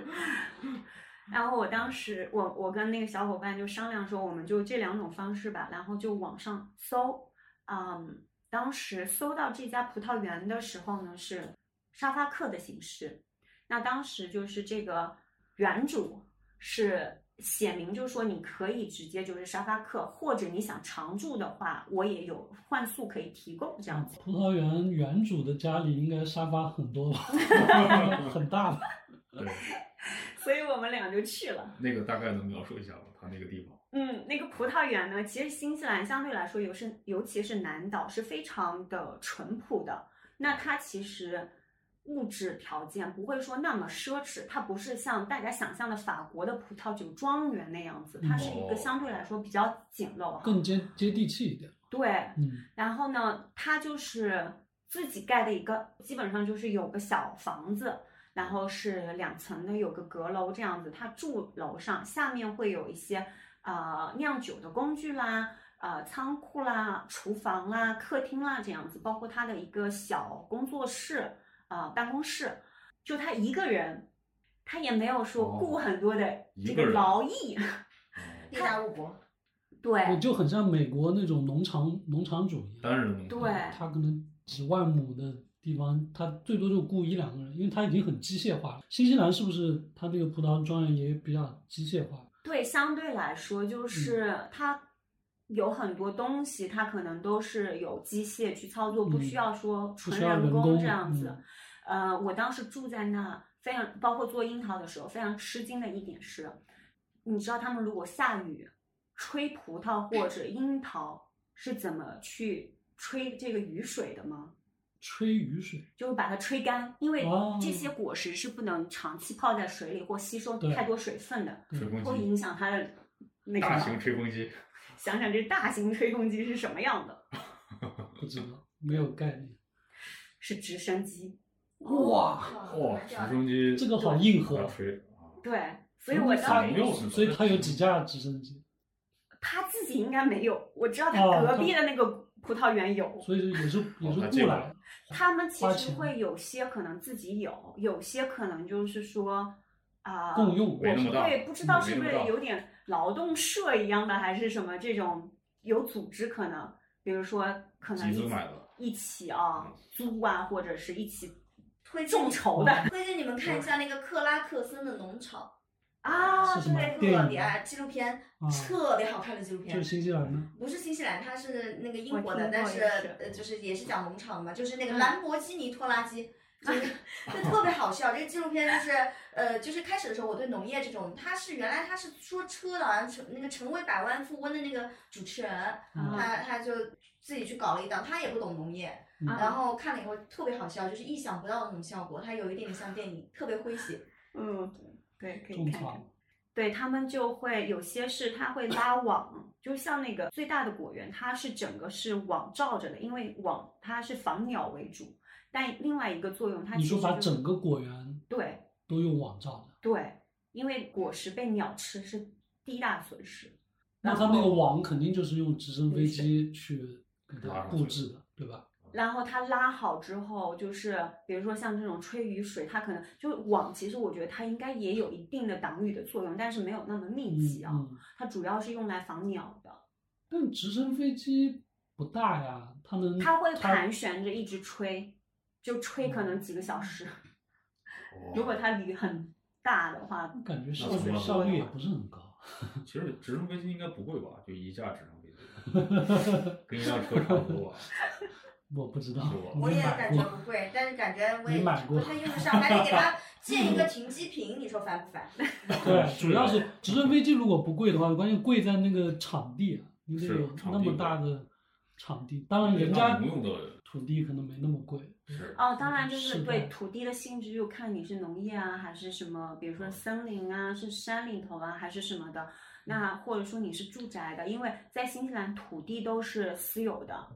然后我当时，我我跟那个小伙伴就商量说，我们就这两种方式吧，然后就网上搜，嗯，当时搜到这家葡萄园的时候呢，是沙发客的形式。那当时就是这个园主是写明，就说你可以直接就是沙发客，或者你想常住的话，我也有换宿可以提供这样子。
葡萄园园主的家里应该沙发很多 吧，很大吧。
对，
所以我们俩就去了。
那个大概能描述一下吧，它那个地方。
嗯，那个葡萄园呢，其实新西兰相对来说，尤是尤其是南岛是非常的淳朴的。那它其实物质条件不会说那么奢侈，它不是像大家想象的法国的葡萄酒庄园那样子，它是一个相对来说比较简陋啊。
更接接地气一点。
对，
嗯，
然后呢，它就是自己盖的一个，基本上就是有个小房子，然后是两层的，有个阁楼这样子。它住楼上，下面会有一些呃酿酒的工具啦。呃，仓库啦、厨房啦、客厅啦，这样子，包括它的一个小工作室、呃办公室，就他一个人，他也没有说
哦
雇很多的
一
这
个
个
人
劳役，
哦
力大物博，
对，
我就很像美国那种农场农场主义。
单人的农
对
村
他可能几万亩的地方，他最多就雇一两个人，因为他已经很机械化了。新西兰是不是他这个葡萄庄园也比较机械化？
对，相对来说，
嗯
就是它有很多东西，它可能都是有机械去操作，不需
嗯
要说
不
纯
需要人
工这样
嗯
子。呃，我当时住在那，非常包括做樱桃的时候，非常吃惊的一点是，你知道他们如果下雨吹葡萄或者樱桃是怎么去吹这个雨水的吗？
吹雨水，
就是把它吹干，因为
哦
这些果实是不能长期泡在水里或吸收
对
太多水分的，
吹风
会
机，
影响它的那个
大型吹风机，
想想这大型吹风机是什么样的？
不知道，没有概念。
是直升机。
哦
哇，
啊
哇，直升机
这个好硬核
把它吹啊，
对，所以我当
反
时
应是吧
所以他有几架直升机，
他自己应该没有，我知道
哦
他隔壁的那个葡萄园有。
所以就也是也是
他
雇
借过
来
来
的。
他们其
花
实
钱
会有些可能自己有，有些可能就是说啊、
共用
没那么大
对，不知道
嗯没
是
那
不
么
是
大
有点劳动社一样的，还是什么这种有组织可能，比如说可能
集
一
资
起
买的嗯
一起啊租啊，或者是一起
推荐
众筹
嗯
的
推荐你们看一下那个克拉克森的农场，
啊，
是什么电
特
影
别
吗？
爱纪录片
啊，
特别好看的纪录
就是
片。
新西兰的，
不是新西兰，它是那个英国
我
的，
听过
但是
也是
呃，就是也是讲农场的嘛，就是那个
嗯
兰博基尼拖拉机，就是就特别好笑。这个纪录片就是呃，就是开始的时候我对农业这种，他是原来他是说车的，好像成那个成为百万富翁的那个主持人，
嗯
他他就自己去搞了一档，他也不懂农业，
嗯
啊
然后看了以后特别好笑，就是意想不到的那种效果，它有一点点像电影，特别诙谐。
嗯，对，可以
种
看看。
草，
对他们就会有些是他会拉网，就像那个最大的果园，它是整个是网罩着的，因为网它是防鸟为主，但另外一个作用它
你
其实
说把
就是
整个果园
对
都用网罩的，
对，因为果实被鸟吃是第一大损失。
那
然
他那个
后
网肯定就是用直升飞
雨水
机去给它
拉上
布
去
置的，对吧？
然后它拉好之后，就是比如说像这种吹雨水，它可能就是网，其实我觉得它应该也有一定的挡雨的作用，但是没有那么密集啊。
嗯嗯
它主要是用来防鸟的，
但直升飞机不大呀，它能
它会盘旋着一直吹，就吹可能几个小时。
哇
如果它雨很大的话，
感觉效
那怎
率
么
效率也不是很高。
其实直升飞机应该不贵吧？就一架直升飞机， 跟一辆车差 不多吧。
我不知道，
我
我
没
也
买
感觉
过。
不贵，但是感觉我也
没买过
不太用得上，还得给 它建一个停机坪，你说烦不 烦？
对，
是
主要是直升飞机如果不贵的话，关键贵在那个场地啊，你得
是
有
场
那
地
么
贵
大的场地。当然，人家
那农用的
土地可能没那么贵。
是
哦，当然就是是
的
对土地的性质，就看你是农业啊，还是什么，比如说森林啊，是山里头啊，还是什么的。那或者说你是住宅的，因为在新西兰土地都是私有的，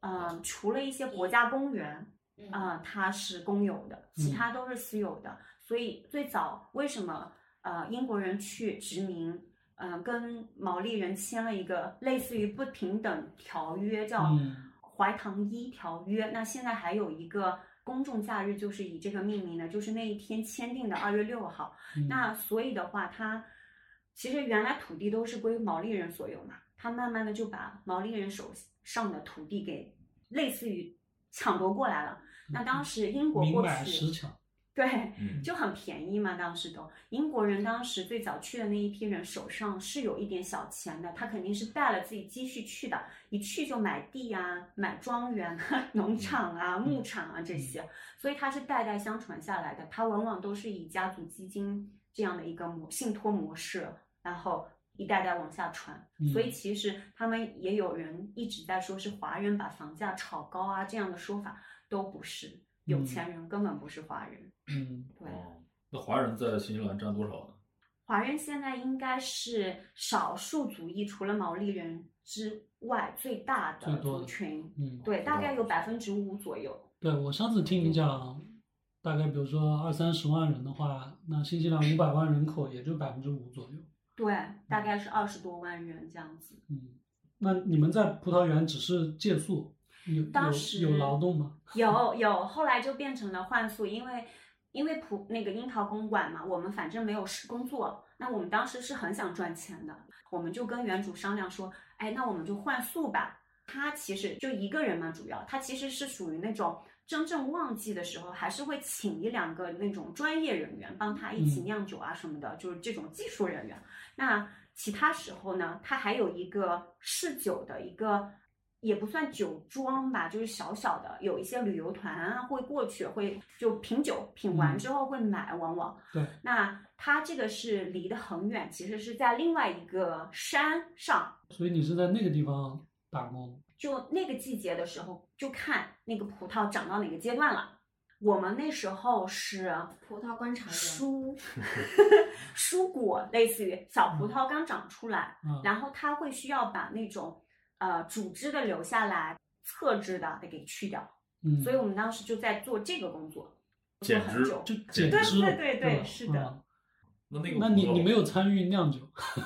呃，除了一些国家公园，
嗯，
啊、它是公有的，
嗯
其他都是私有的。所以最早为什么呃英国人去殖民，嗯、跟毛利人签了一个类似于不平等条约，叫
嗯
怀唐伊条约。那现在还有一个公众假日就是以这个命名的，就是那一天签订的二月六号。
嗯
那所以的话，它其实原来土地都是归毛利人所有嘛，他慢慢的就把毛利人手上的土地给类似于抢夺过来了。那当时英国
嗯明
过
买
去
实，抢，
对，
嗯，
就很便宜嘛，当时都。英国人当时最早去的那一批人手上是有一点小钱的，他肯定是带了自己积蓄去的，一去就买地啊、买庄园啊、 农场啊、牧场啊
嗯
这些，所以他是代代相传下来的。他往往都是以家族基金这样的一个模信托模式，然后一代代往下传。所以
嗯
其实他们也有人一直在说是华人把房价炒高啊这样的说法，都不是。有
嗯
钱人根本不是华人，
嗯，
对。
哦，那华人在新西兰占多少呢？
华人现在应该是少数族裔，除了毛利人之外最大
最
的
多
族
的
群，
嗯
对，大概有百分之五左右。
对我上次听你讲，大概比如说二三十万人的话，那新西兰五百万人口也就百分之五左右。
对，大概是二十多万人这样子。
嗯，那你们在葡萄园只是借宿，有
当
有
时
有劳动吗？？
有有，后来就变成了换宿，因为因为葡那个樱桃公馆嘛，我们反正没有是工作，那我们当时是很想赚钱的，我们就跟原主商量说，哎，那我们就换宿吧。他其实就一个人嘛，主要他其实是属于那种真正旺季的时候，还是会请一两个那种专业人员帮他一起
嗯
酿酒啊什么的，就是这种技术人员。那其他时候呢，它还有一个试酒的一个，也不算酒庄吧，就是小小的，有一些旅游团啊会过去，会就品酒，品完
嗯
之后会买，往往。
对，
那它这个是离得很远，其实是在另外一个山上，
所以你是在那个地方打工。
就那个季节的时候，就看那个葡萄长到哪个阶段了。我们那时候是
葡萄观察员，
蔬 蔬果，类似于小葡萄刚长出来，
嗯
然后它会需要把那种呃主枝的留下来，侧枝的得给去掉。
嗯，
所以我们当时就在做这个工作，做
剪
很
枝
久。
就简
对
直
对对对
吧嗯
是的
那那个
那
葡
你
萄
你没有参与酿酒？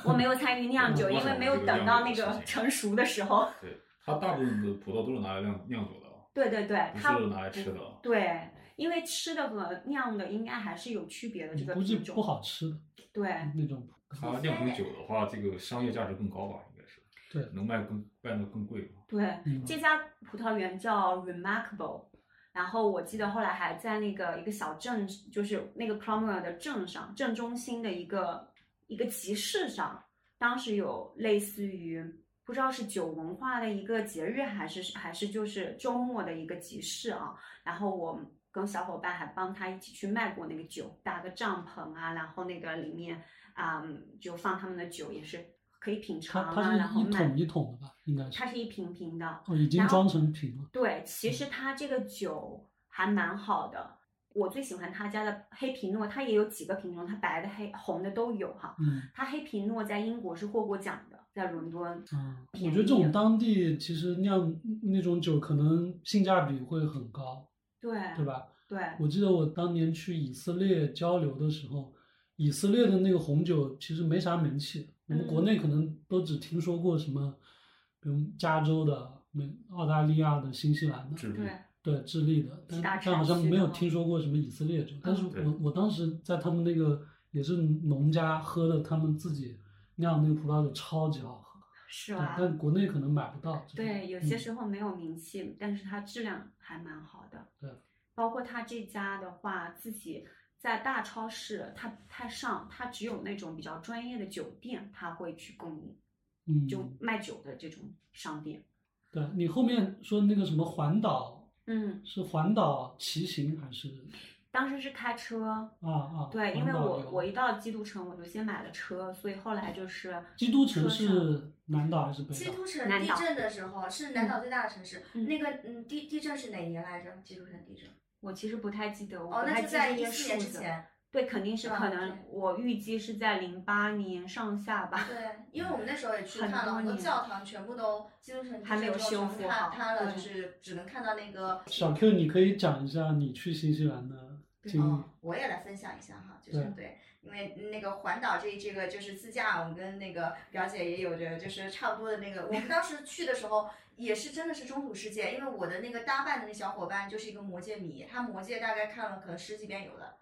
我没有参与 酿酒，
嗯
因为没有等到那个成熟的时候。
对，它大部分的葡萄都是拿来酿酿酒的啊，
对对对，
不
它
是拿来吃的啊。
对，因为吃的和酿的应该还是有区别的。这个
嗯估计
品种
不好嗯吃的
对，
那种。
它酿成酒的话，这个商业价值更高吧，应该是
对，
能卖更卖的更贵吧。
对，
嗯
这家葡萄园叫 Remarkable，然后我记得后来还在那个一个小镇，就是那个 Cromwell 的镇上，镇中心的一个一个集市上，当时有类似于不知道是酒文化的一个节日，还是还是就是周末的一个集市啊。然后我跟小伙伴还帮他一起去卖过那个酒，搭个帐篷啊，然后那个里面啊、嗯就放他们的酒，也是可以品尝
它
啊，
它
然
是
后
一
卖
桶。一桶的吧？应该是
它。是一瓶瓶的，
哦，已经
然后啊
装成嗯瓶了。
对，其实它这个酒还蛮好的，我最喜欢他家的黑皮诺，它也有几个品种，它白的、黑、红的都有哈。
嗯
它黑皮诺在英国是获过奖的，在伦敦。
啊，我
便
觉得这
宜
种
啊
当地其实酿那种酒可能性价比会很高，
对
对吧？
对
我记得我当年去以色列交流的时候，以色列的那个红酒其实没啥名气，我们国
嗯
内可能都只听说过什么，比如加州的、美澳大利亚的、新西兰的，
智利
对，
对智利的，但
其他
但好像
产区
没
的
有
吗
听说过什么以色列酒。但是
嗯
对
我我当时在他们那个也是农家喝的，他们自己酿的那个葡萄酒超级好喝，
是
对
吧？
但国内可能买不到。这种
对，有些
嗯
时候没有名气，但是它质量还蛮好的。
对，
包括他这家的话，自己在大超市它不太上，它只有那种比较专业的酒店，它会去供应，
嗯，
就卖酒的这种商店。
对你后面说那个什么环岛
嗯，
是环岛骑行还是
当时是开车，
啊啊？
对，因
环
为
岛
我
游
我一到基督城我就先买了车，所以后来就是
基督城
车上
是南岛还是北
基
岛？
督城
南
地
岛
震的时候是南岛最大的城市，
嗯
那个嗯地地震是哪年来着？基督城地震
我其实不太记得，我
哦，
不
那就
太记得
在
那
一
个
四
数
年之
字。
前。
对，肯定是
是吧
可能
对，
我预计是在零八年上下 吧。
对，因为我们那时候也去
很
看了
多
很多
年
教堂，全部都基督城地
还没
震之
有
后
修
全部
复
塌
好
塌了，
对
就是只能看到那个
小 Q，你可以讲一下你去新西兰的经历
哦，我也来分享一下哈，就
对
是对那那个环岛这这个就是自驾，我跟那个表姐也有着就是差不多的那个。我们当时去的时候也是真的是中土世界，因为我的那个搭伴的那小伙伴就是一个魔界迷，他魔界大概看了可能十几遍有的，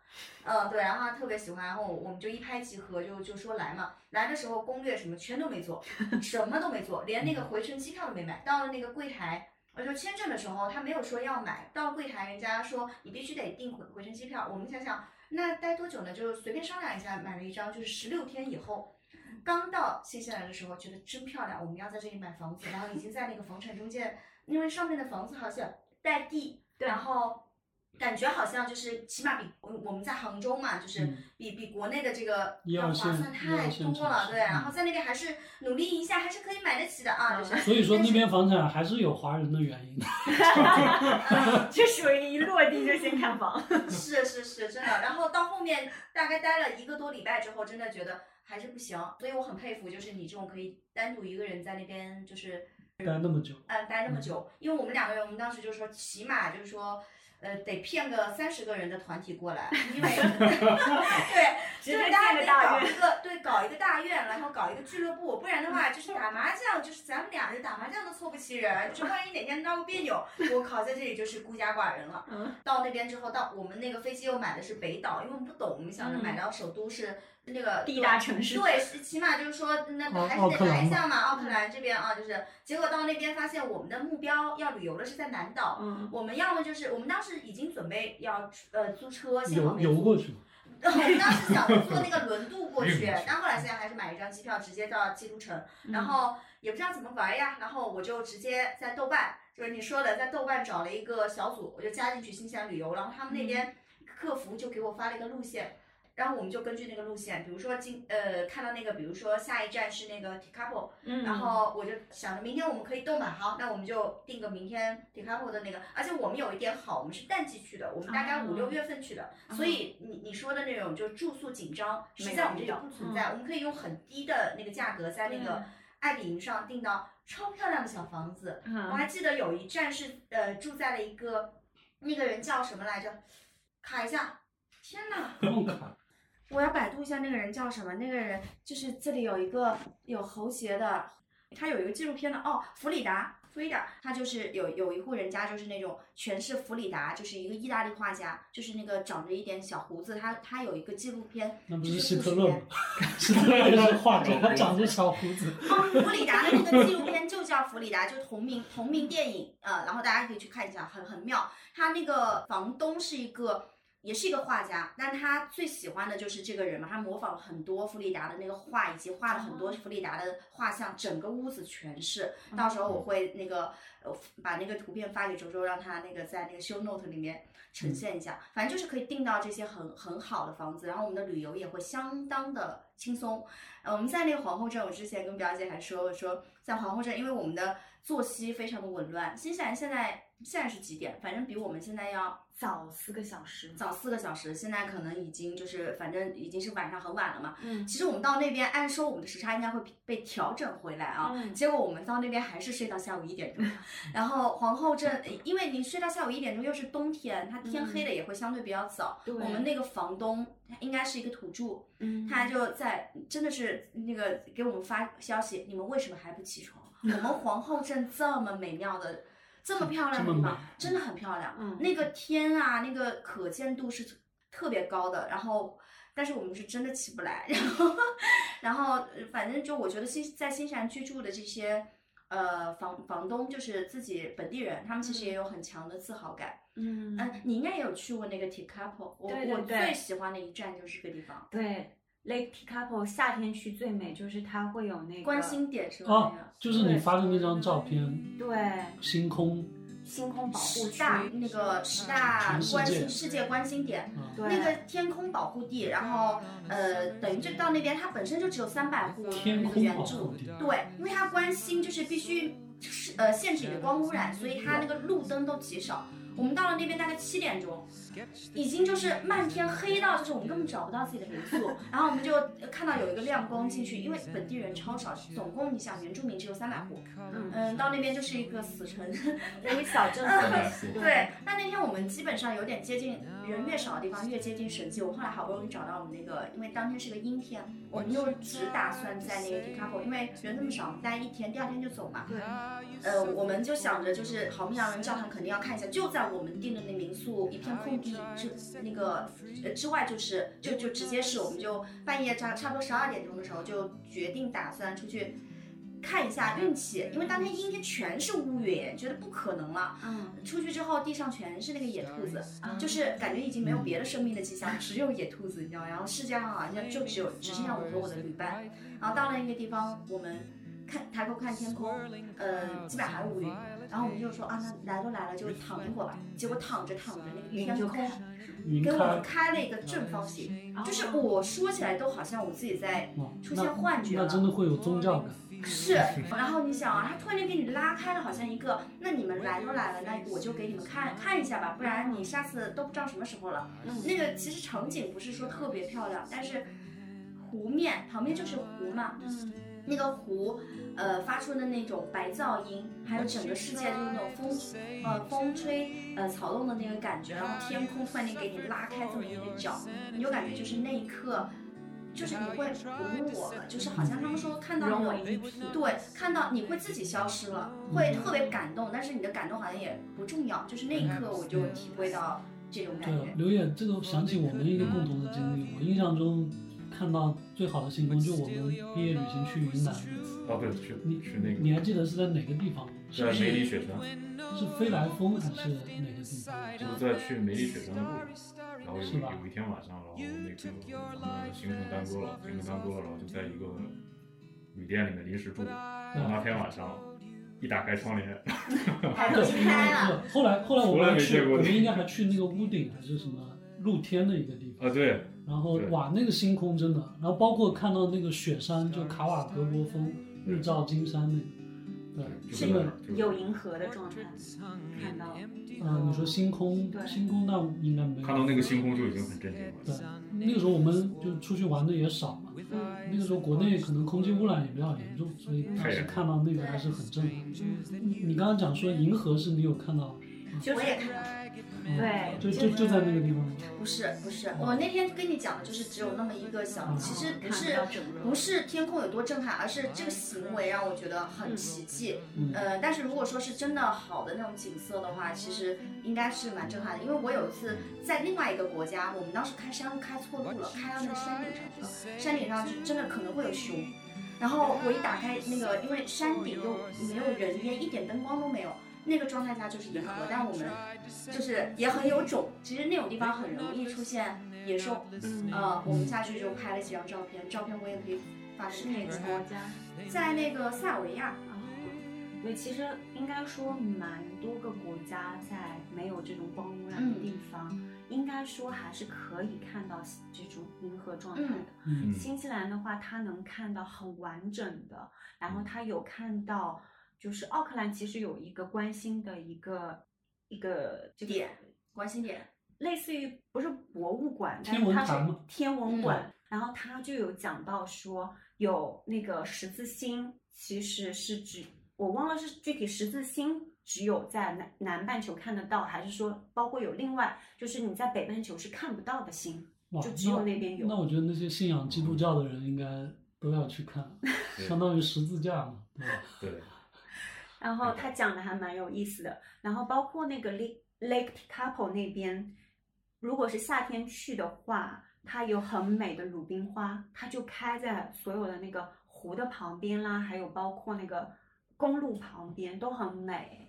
嗯对，然后他特别喜欢，然后我们就一拍即合，就就说来嘛。来的时候攻略什么全都没做，什么都没做，连那个回程机票都没买。到了那个柜台。我就签证的时候，他没有说要买，到柜台人家说你必须得订回回程机票。我们想想，那待多久呢？就随便商量一下，买了一张，就是十六天以后。刚到新西兰的时候，觉得真漂亮，我们要在这里买房子，然后已经在那个房产中介，因为上面的房子好像带地，
对
然后感觉好像就是起码比我我们在杭州嘛，就是
嗯
比比国内的这个
一
要
二
划
线
算
一
太
二线
多了，
城市
对，啊
嗯
然后在那边还是努力一下，还是可以买得起的啊，就是。
所以说
但
那
是
边房产还是有华人的原因的。
这属于一落地就先看房。
是是是，真的。然后到后面大概待了一个多礼拜之后，真的觉得还是不行，所以我很佩服，就是你这种可以单独一个人在那边就是
待那么久，
呃待那
嗯
么久，因为我们两个人，我们当时就说起码就是说。呃，得骗个三十个人的团体过来，因 为 对，
直
就
接
是大
建
家得搞
个大院
一个对，搞一个大院，然后搞一个俱乐部，不然的话就是打麻将，就是咱们俩人打麻将都凑不齐人，就万一哪天闹个别扭，我靠，在这里就是孤家寡人了。
嗯，
到那边之后，到我们那个飞机又买的是北岛，因为我们不懂，我们想着
嗯
买到首都是那个
第一大城市嗯
对，是起码就是说那
奥
还
奥
是
克
得来
兰
一下嘛，奥克兰这边啊，就是结果到那边发现我们的目标要旅游的是在南岛，
嗯，
我们要么就是我们当时已经准备要呃租车，幸好
游
没
游
租
过去嘛。
我们当时想坐那个轮渡过
运过
去
去，
但后来现在还是买了一张机票直接到基督城，
嗯
嗯
然后也不知道怎么玩呀，然后我就直接在豆瓣，就是你说的在豆瓣找了一个小组，我就加进去新西兰旅游，然后他们那边客服就给我发了一个路线。然后我们就根据那个路线，比如说今呃看到那个，比如说下一站是那个 t i k a p o
嗯
然后我就想着明天我们可以动吧，好，那我们就定个明天 d e c a p o 的那个，而且我们有一点好，我们是淡季去的，我们大概
哦嗯
五六月份去的，所以你你说的那种就住宿紧张，实际
没
在
有
我们这里
嗯
不存在，我们可以用很低的那个价格在那个爱彼迎上订到超漂亮的小房子，我
嗯
还记得有一站是呃住在了一个那个人叫什么来着，卡一下，天哪！
不用卡，
我要百度一下那个人叫什么。那个人就是这里有一个有喉结的，他有一个纪录片的哦，弗里达。弗里达，他就是有有一户人家，就是那种全是弗里达，就是一个意大利画家，就是那个长着一点小胡子，他他有一个纪录片，
那不
就是
希
故
特
事
勒
片
吗？ 希特勒也是画家，他长着小胡子。
哦弗里达的那个纪录片就叫《弗里达》，就同名同名电影，呃，然后大家可以去看一下，很很妙。他那个房东是一个，也是一个画家，但他最喜欢的就是这个人嘛，他模仿了很多弗里达的那个画，以及画了很多弗里达的画像，整个屋子全是。
嗯
到时候我会那个呃把那个图片发给周周，让他那个在那个 show note 里面呈现一下。反正就是可以订到这些很很好的房子，然后我们的旅游也会相当的轻松。呃，我们在那个皇后镇，我之前跟表姐还说，我说在皇后镇，因为我们的作息非常的紊乱。新西兰现在现在是几点？反正比我们现在要
嗯早四个小时。
早四个小时，现在可能已经就是反正已经是晚上很晚了嘛。
嗯，
其实我们到那边，按说我们的时差应该会被调整回来啊。
嗯
结果我们到那边还是睡到下午一点钟，然后皇后镇，因为你睡到下午一点钟，又是冬天，它天黑的也会相对比较早。
对
我们那个房东他应该是一个土著，
嗯
他就在真的是那个给我们发消息，你们为什么还不起床？我们皇后镇这么美妙的，这么漂亮的
这
地
么美
方，真的很漂亮。
嗯
那个天啊，那个可见度是特别高的。然后，但是我们是真的起不来。 然后，然后呃反正就我觉得新在新西兰居住的这些。呃，房房东就是自己本地人，他们其实也有很强的自豪感。
嗯
嗯，你应该也有去过那个 Tekapo，我
对对
我
对
最喜欢的一站就是这个地方。
对，Lake Tekapo 夏天去最美，就是它会有那个
观星点是吧？
哦，就是你发的那张照片，
对
星空
星空保护
十
区，
大那个十大
全世界
观星世界观星点。
啊，
对
那个天空保护地，然后呃，等于就到那边，它本身就只有三百户
天
那个
空
原
保
住
护，地，
对，因为它观星就是必须是呃限制你的光污染，所以它那个路灯都极少。我们到了那边大概七点钟，已经就是漫天黑到，就是我们根本找不到自己的民宿。然后我们就看到有一个亮光进去，因为本地人超少，总共你想原住民只有三百户，
嗯
嗯，到那边就是一个死城。
一个小镇
嗯
三百四，
对，那那天我们基本上有点接近人越少的地方越接近神迹。我后来好不容易找到我们那个，因为当天是个阴天，我们就只打算在那个 d e c a p o 因为人那么少，我们待一天，第二天就走嘛。呃，我们就想着就是好牧羊人教堂肯定要看一下，就在我们订的那民宿一片空地之那个呃之外，就是就就直接是我们就半夜差差不多十二点钟的时候就决定打算出去。看一下运气，因为当天阴天全是乌云，觉得不可能了。
嗯，
出去之后，地上全是那个野兔子，
啊
就是感觉已经没有
嗯
别的生命的迹象，只有野兔子，你知道吗？然后世界上好啊像就只有只剩下我和我的旅伴。然后到了那个地方，我们看抬头看天空，呃，基本还是乌云。然后我们就说啊，那来都来了，就躺一会儿吧。结果躺着躺着，那个
云
天
就
空
云
给我们
开，
开了一个正方形，
嗯
就是我说起来都好像我自己在
哇
出现幻
哦
觉
那
了
真的会有宗教感。
是，然后你想啊，他突然间给你拉开了，好像一个，那你们来都来了，那我就给你们看看一下吧，不然你下次都不知道什么时候了。那个其实场景不是说特别漂亮，但是湖面旁边就是湖嘛，那个湖，呃，发出的那种白噪音，还有整个世界就是那种风，呃，风吹呃草动的那个感觉，然后天空突然间给你拉开这么一个角，你就感觉就是那一刻，就是你会无我了，就是好像他们说看到那
融
种
为一体。
对，看到你会自己消失了，会特别感动，但是你的感动好像也不重要，就是那一刻我就体会到这种感
对，啊
觉。
刘野，这个想起我们一个共同的经历。我印象中看到最好的星空，就我们毕业旅行去云南那次。
啊，对，去
你
去那
你
个
还记得是在哪个地方？是
在
不
梅
是
里雪山，
是飞来峰还是哪个地方？
就是在去梅里雪山的路上，然后有
嗯是吧
有一天晚上，然后那个咱们行程耽搁了，行程耽搁了，然后就在一个旅店里面临时住，然后那天晚上一打开窗帘，啊
海
对，
都惊开 了，
对后来后来我
从来
们还
没
去，
见过
我们
你
应该还去那个屋顶还是什么露天的一个地方。
啊，对，
然后
对
哇，那个星空真的，然后包括看到那个雪山，就卡瓦格波峰日照金山那个，对，
就
这
在那
个
儿，就
有银河的状态，看到
嗯，你说星空，
对
星空那应该没有。
看到那个星空就已经很震惊了。
对，那个时候我们就出去玩的也少嘛，那个时候国内可能空气污染也比较严重，所以当时看到那个还是很震撼。你你刚刚讲说银河是你有看到，
就是
我也看到了。
嗯
对
就就就在那个地方，
不是不是，我那天跟你讲的就是只有那么一个
嗯
小，其实不
看
是
到整个
不是天空有多震撼，而是这个行为让我觉得很奇迹。
嗯
呃，但是如果说是真的好的那种景色的话，其实应该是蛮震撼的。因为我有一次在另外一个国家，我们当时开山开错路了，开到那个山顶上去了，山顶上就真的可能会有熊。然后我一打开那个，因为山顶又没有人烟，一点灯光都没有，那个状态下就是银河。但我们就是也很有种，其实那种地方很容易出现野兽。呃，我们下去就拍了几张照片，照片我也可以发给
是
你
哪个国
看。
家？
在那个塞尔维亚，
嗯对，其实应该说蛮多个国家在没有这种光污染的地方，应该说还是可以看到这种银河状态的。
嗯
嗯，
新西兰的话，它能看到很完整的，然
嗯
后它有看到，就是奥克兰其实有一个关心的一个一个这个
点关心点，
类似于不是博物馆，但
天
是
文
它是
台吗嗯
天文馆，然后它就有讲到说有那个十字星，其实是指我忘了是具体十字星只有在南南半球看得到，还是说包括有另外就是你在北半球是看不到的星，
哇，
就只有
那
那边有。
那我觉得那些信仰基督教的人应该都要去看，
对
相当于十字架嘛，对吧？
对，
然
嗯
后他讲的还蛮有意思的。然后包括那个 Lake Lake Tekapo 那边，如果是夏天去的话，它有很美的鲁冰花，它就开在所有的那个湖的旁边啦，还有包括那个公路旁边都很美。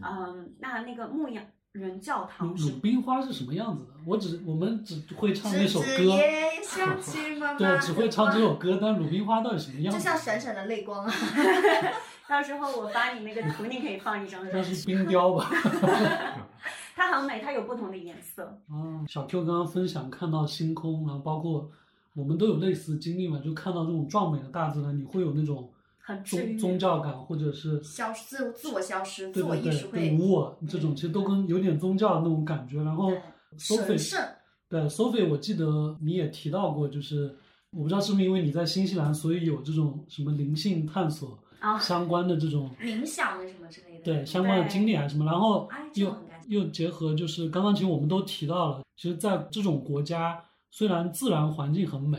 嗯，那那个牧羊人教堂
鲁
是
鲁冰花是什么样子的？我只我们只会唱那首歌，
枝叶想起妈妈
对，只会唱这首歌，但鲁冰花到底什么样
就
子
像？闪闪的泪光啊！
到时候我发你那个图，你可以放 一张照
那。是冰雕吧？
它很美，它有不同的颜色。
啊，小 Q 刚刚分享看到星空，然后包括我们都有类似的经历嘛，就看到这种壮美的大自然，你会有那种
很治愈
宗宗教感，或者是
消自自我消失，
对
自我
对
意识
对
会
对无我这种，其实都跟有点宗教的那种感觉。然后
对神
Sophie
圣。
对 Sophie，我记得你也提到过，就是我不知道是不是因为你在新西兰，所以有这种什么灵性探索
哦
啊，
相关的这种
冥想的什么之类的。
对相关的
对
经历还是什么，然后
哎这
又
种感觉
又结合就是刚刚其实我们都提到了，其实在这种国家，虽然自然环境很美，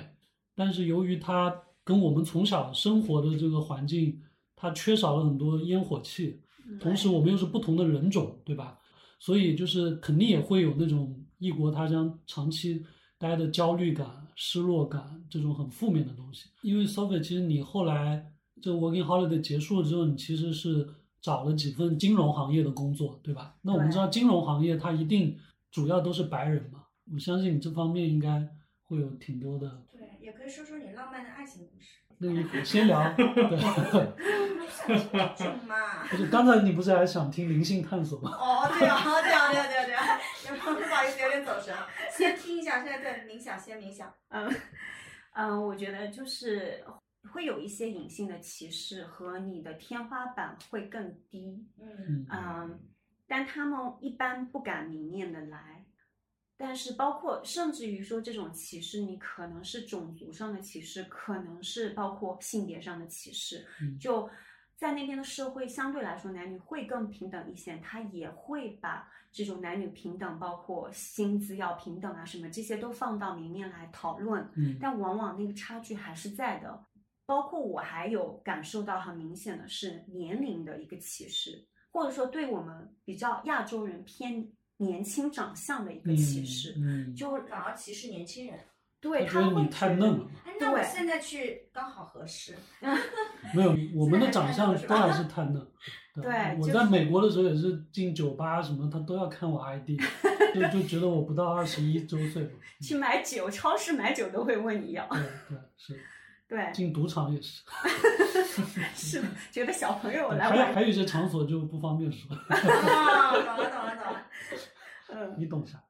但是由于它跟我们从小生活的这个环境，它缺少了很多烟火气，同时我们又是不同的人种，对吧？所以就是肯定也会有那种异国他乡长期待的焦虑感、失落感这种很负面的东西。因为 Sophie，其实你后来这个 Working Holiday 结束了之后，你其实是找了几份金融行业的工作，对吧？那我们
对
知道金融行业它一定主要都是白人嘛，我相信你这方面应该会有挺多的
对，也可以说说你浪漫的爱情故事。
那一股。先 聊，对，
我想听
啊
这种嘛？
不是刚才你不是还想听灵性探索吗？
哦，对啊，对啊，对啊，对啊，对啊，有不好意思，有点走神。先听一下，现在在冥想，先冥想。
嗯，嗯，我觉得就是会有一些隐性的歧视和你的天花板会更低，
嗯，
嗯
嗯，但他们一般不敢明面的来。但是，包括甚至于说这种歧视，你可能是种族上的歧视，可能是包括性别上的歧视。
嗯
就在那边的社会，相对来说男女会更平等一些，他也会把这种男女平等，包括薪资要平等啊什么这些都放到明面来讨论。
嗯
啊但往往那个差距还是在的。包括我还有感受到很明显的是年龄的一个歧视，或者说对我们比较亚洲人偏年轻长相的一个歧视，
嗯，
就
反而歧视年轻人。
对
觉
他
得
会
你太
觉
嫩
得
了，
哎，那我
对
现在去刚好合 适。
没有，我们的
现在
长
还是
相
嫩是
都
吧
还是太嫩。
对
我
就
在
是
美国的时候也是进酒吧什么，他都要看我 ID，就就觉得我不到二十一周岁嘛。嗯
去买酒，超市买酒都会问你要，
对对是，
对，
进赌场也是，
是的觉得小朋友
对
来
还有
问，
还有一些场所就不方便说，
啊，懂了，懂了，懂了。
嗯，
你懂啥？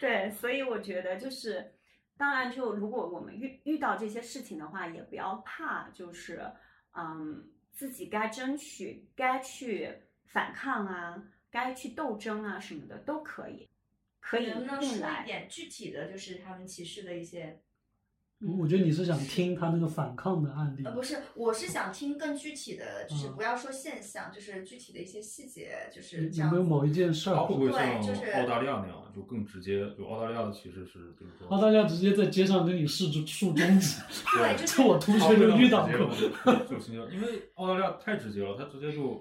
对，所以我觉得就是，当然就如果我们遇遇到这些事情的话，也不要怕，就是嗯，自己该争取、该去反抗啊、该去斗争啊什么的都可以，可以
能不能
并
说一
来。
点具体的就是他们歧视的一些？
我觉得你是想听他那个反抗的案例啊
呃，，不是，我是想听更具体的，就是
嗯
不要说现象，就是具体的一些细节，就是这
有
样
没有
子。
某一件事
它
儿
会？不会
对
像
就是
澳大利亚那样，就更直接？就澳大利亚的歧视是，比如说，
澳大利亚直接在街上跟你竖着竖中指，
对，就
这我
是
同学就遇到
直接
过。
了就新疆，因为澳大利亚太直接了，他直接就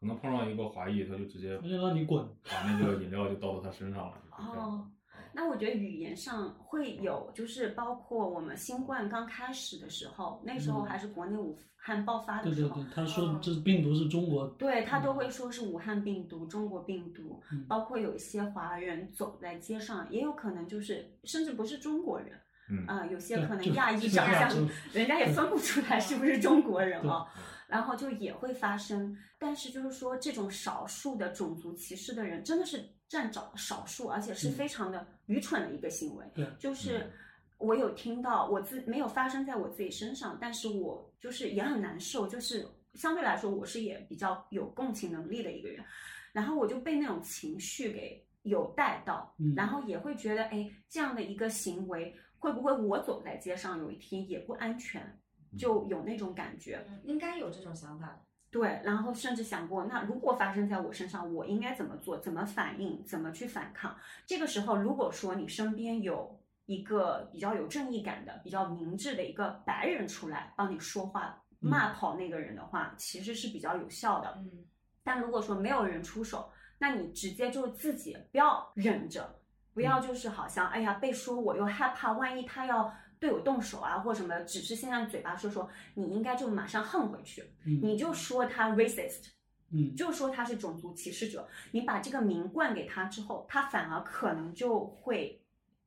可能碰上一个华裔，他就直接
他就让你滚
把那个饮料就倒到他身上了。就这样
哦，那我觉得语言上会有，就是包括我们新冠刚开始的时候，那时候
嗯
还是国内武汉爆发的
对
时
对
候
对，，他说这病毒是中国，
对他都会说是武汉病毒、中国病毒，
嗯
包括有一些华人走在街上，也有可能就是甚至不是中国人，
嗯
啊、有些
对
可能
就
亚裔
就是
长
亚
相
洲，
人家也分不出来是不是中国人
对
哦，然后就也会发生。但是就是说，这种少数的种族歧视的人真的是占少少数，而且是
嗯
非常的愚蠢的一个行为。
对
就是
嗯
我有听到，我自没有发生在我自己身上，但是我就是也很难受，就是相对来说我是也比较有共情能力的一个人，然后我就被那种情绪给有带到，
嗯
然后也会觉得，哎，这样的一个行为会不会我走在街上有一天也不安全，
嗯
就有那种感觉。
嗯应该有这种想法的。
对，然后甚至想过，那如果发生在我身上，我应该怎么做？怎么反应？怎么去反抗？这个时候，如果说你身边有一个比较有正义感的、比较明智的一个白人出来帮你说话、
嗯
骂跑那个人的话，其实是比较有效的。
嗯，
但如果说没有人出手，那你直接就自己不要忍着，不要就是好像哎呀被说我又害怕，万一他要对我动手啊或什么，只是现在嘴巴说说，你应该就马上恨回去，
嗯
你就说他 racist，
嗯，
就说他是种族歧视者，你把这个名冠给他之后，他反而可能就会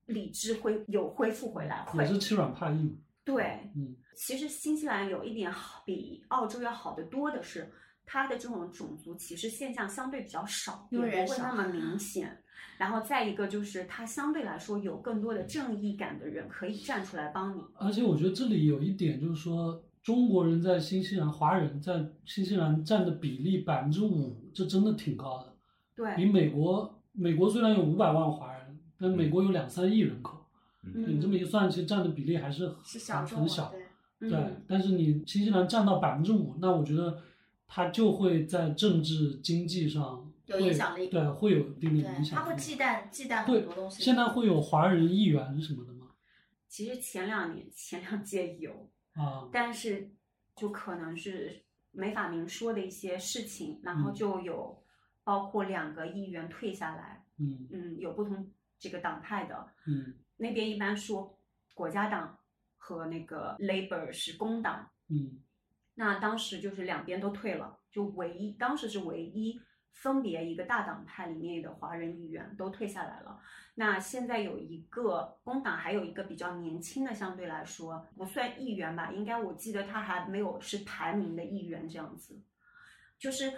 理智恢有恢复回来，
也
会
是欺软怕硬嘛。
对
嗯
其实新西兰有一点好，比澳洲要好得多的是，它的这种种族歧视现象相对比较少，
因为
也
人
不会
少啊
那么明显。然后再一个就是，它相对来说有更多的正义感的人可以站出来帮你。
而且我觉得这里有一点就是说，中国人在新西兰，华人在新西兰占的比例百分之五，这真的挺高的。比
对，
美国，美国虽然有五百万华人，但
嗯
美国有两三亿人口，你这么一算，其实占的比例还是
是小众啊
很小。
对
嗯
对，但是你新西兰占到百分之五，那我觉得它就会在政治经济上
有
会
影响力
对，会有一定的影
对，
响
他会
力
忌惮忌惮很
对
多东，西。
现在会有华人议员什么的吗？
其实前两年前两届有，
啊，
但是就可能是没法明说的一些事情，然后
嗯
就有包括两个议员退下来，
嗯
嗯，有不同这个党派的，
嗯
那边一般说国家党和那个 Labor 是工党，
嗯
那当时就是两边都退了，就唯一当时是唯一分别一个大党派里面的华人议员都退下来了。那现在有一个工党，还有一个比较年轻的，相对来说不算议员吧，应该我记得他还没有是排名的议员这样子，就是。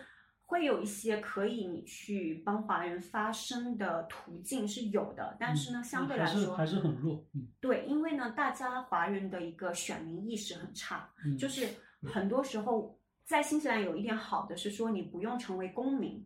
会有一些可以你去帮华人发声的途径是有的，但是呢，
嗯
相对
还
来
是
说
还是很弱，嗯
对，因为呢，大家华人的一个选民意识很差，
嗯，
就是很多时候在新西兰有一点好的是说，你不用成为公民，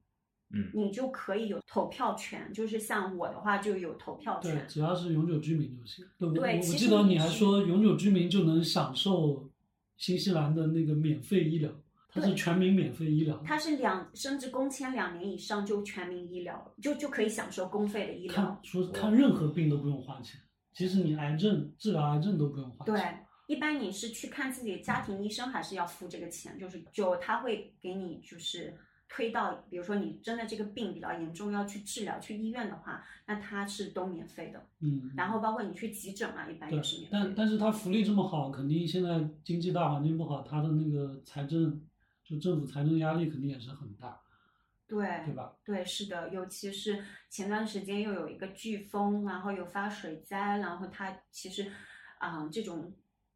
嗯
你就可以有投票权，就是像我的话就有投票
对，
权，
只要是永久居民就行。对，我
对
我我
其实
记得
你
你还
是
说永久居民就能享受新西兰的那个免费医疗，它是
对
全民免费医疗。
它是两甚至工签两年以上就全民医疗，就就可以享受公费的医
看
疗，
说看任何病都不用花钱，即使你癌症治疗癌症都不用花
对
钱。。
一般你是去看自己的家庭医生，还是要付这个钱？就是就他会给你就是推到，比如说你真的这个病比较严重，要去治疗去医院的话，那它是都免费的。
嗯，
然后包括你去急诊啊，一般
对
也是，免费
但
的。
但是它福利这么好，肯定现在经济大环境不好，它的那个财政就政府财政压力肯定也是很大，
对
对吧？
对，是的，尤其是前段时间又有一个飓风，然后有发水灾，然后它其实，啊、这种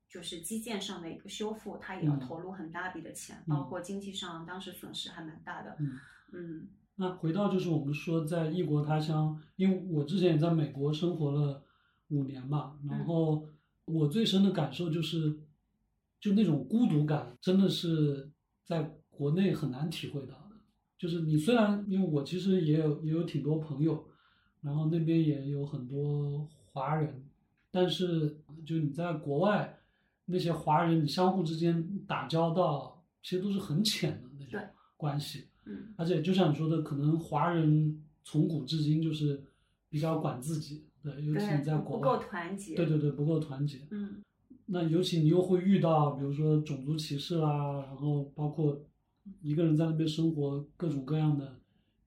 就是基建上的一个修复，它也要
嗯
投入很大笔的钱，包
嗯
括经济上当时损失还蛮大的。
嗯。
嗯
那回到就是我们说在异国他乡，因为我之前也在美国生活了五年嘛，然后我最深的感受就是，就那种孤独感，真的是在国内很难体会到的。就是你虽然因为我其实也有也有挺多朋友，然后那边也有很多华人，但是就你在国外那些华人，你相互之间打交道，其实都是很浅的那种
对
关系。
嗯，
而且就像你说的，可能华人从古至今就是比较管自己，对，尤其
对
你在国
不
外
够，团结。
对对对，不够团结。
嗯，
那尤其你又会遇到，比如说种族歧视啦，然后包括一个人在那边生活各种各样的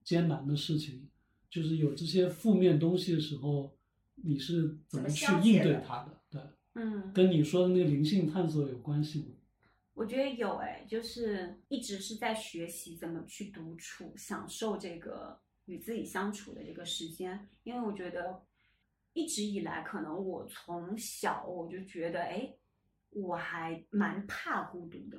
艰难的事情，就是有这些负面东西的时候，你是怎么去
怎么消解
应
的
对它的？对，
嗯，
跟你说的那个灵性探索有关系吗？
我觉得有哎，就是一直是在学习怎么去独处，享受这个与自己相处的这个时间。因为我觉得一直以来，可能我从小我就觉得，哎，我还蛮怕孤独的，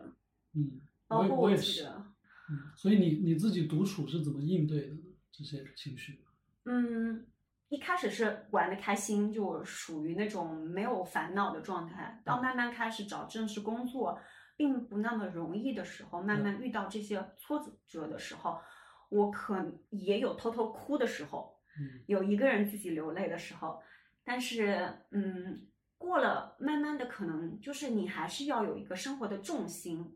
嗯，
包
我也
括
我也
记
是，
得。
嗯，所以你你自己独处是怎么应对的呢？这些情绪？
嗯，一开始是玩的开心，就属于那种没有烦恼的状态。到慢慢开始找正式工作，并不那么容易的时候，慢慢遇到这些挫折的时候，我可也有偷偷哭的时候，
嗯
有一个人自己流泪的时候。但是，嗯，过了慢慢的，可能就是你还是要有一个生活的重心。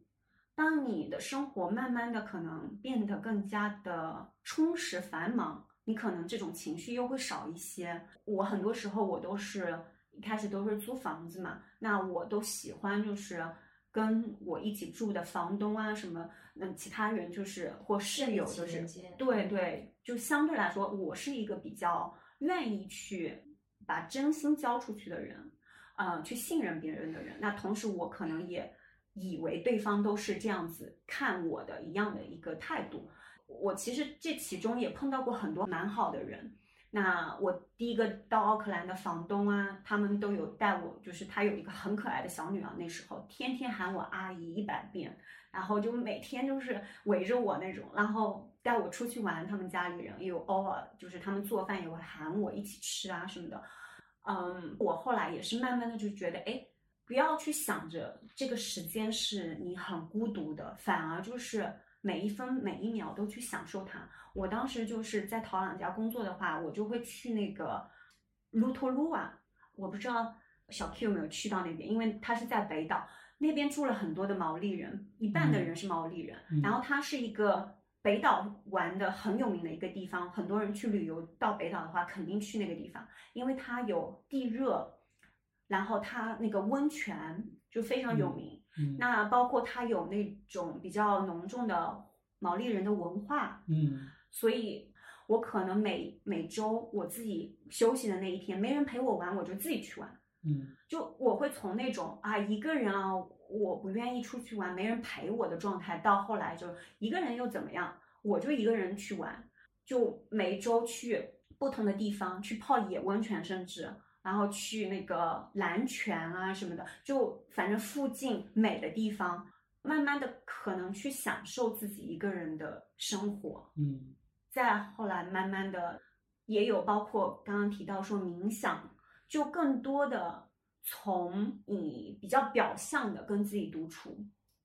当你的生活慢慢的可能变得更加的充实繁忙，你可能这种情绪又会少一些。我很多时候我都是一开始都是租房子嘛，那我都喜欢就是跟我一起住的房东啊什么，嗯，其他人就是或室友
起
就
连
是
接
对对，就相对来说，我是一个比较愿意去把真心交出去的人，呃，去信任别人的人。那同时，我可能也以为对方都是这样子看我的一样的一个态度。我其实这其中也碰到过很多蛮好的人，那我第一个到奥克兰的房东啊，他们都有带我，就是他有一个很可爱的小女儿，那时候天天喊我阿姨一百遍，然后就每天就是围着我那种，然后带我出去玩，他们家里人也有偶尔就是他们做饭也会喊我一起吃啊什么的。嗯，我后来也是慢慢的就觉得，哎，不要去想着这个时间是你很孤独的，反而就是每一分每一秒都去享受它。我当时就是在陶朗家工作的话，我就会去那个卢托鲁瓦，我不知道小 Q 有没有去到那边，因为他是在北岛那边住了很多的毛利人，一半的人是毛利人，
嗯
然后它是一个。北岛玩的很有名的一个地方，很多人去旅游到北岛的话，肯定去那个地方。因为它有地热，然后它那个温泉就非常有
嗯
名。那包括它有那种比较浓重的毛利人的文化，
嗯
所以我可能每每周我自己休息的那一天，没人陪我玩，我就自己去玩。
嗯
就我会从那种啊一个人啊，我不愿意出去玩，没人陪我的状态，到后来就一个人又怎么样，我就一个人去玩，就每周去不同的地方去泡野温泉，甚至然后去那个蓝泉啊什么的，就反正附近美的地方，慢慢的可能去享受自己一个人的生活。
嗯
再后来慢慢的，也有包括刚刚提到说冥想，就更多的从你比较表象的跟自己独处，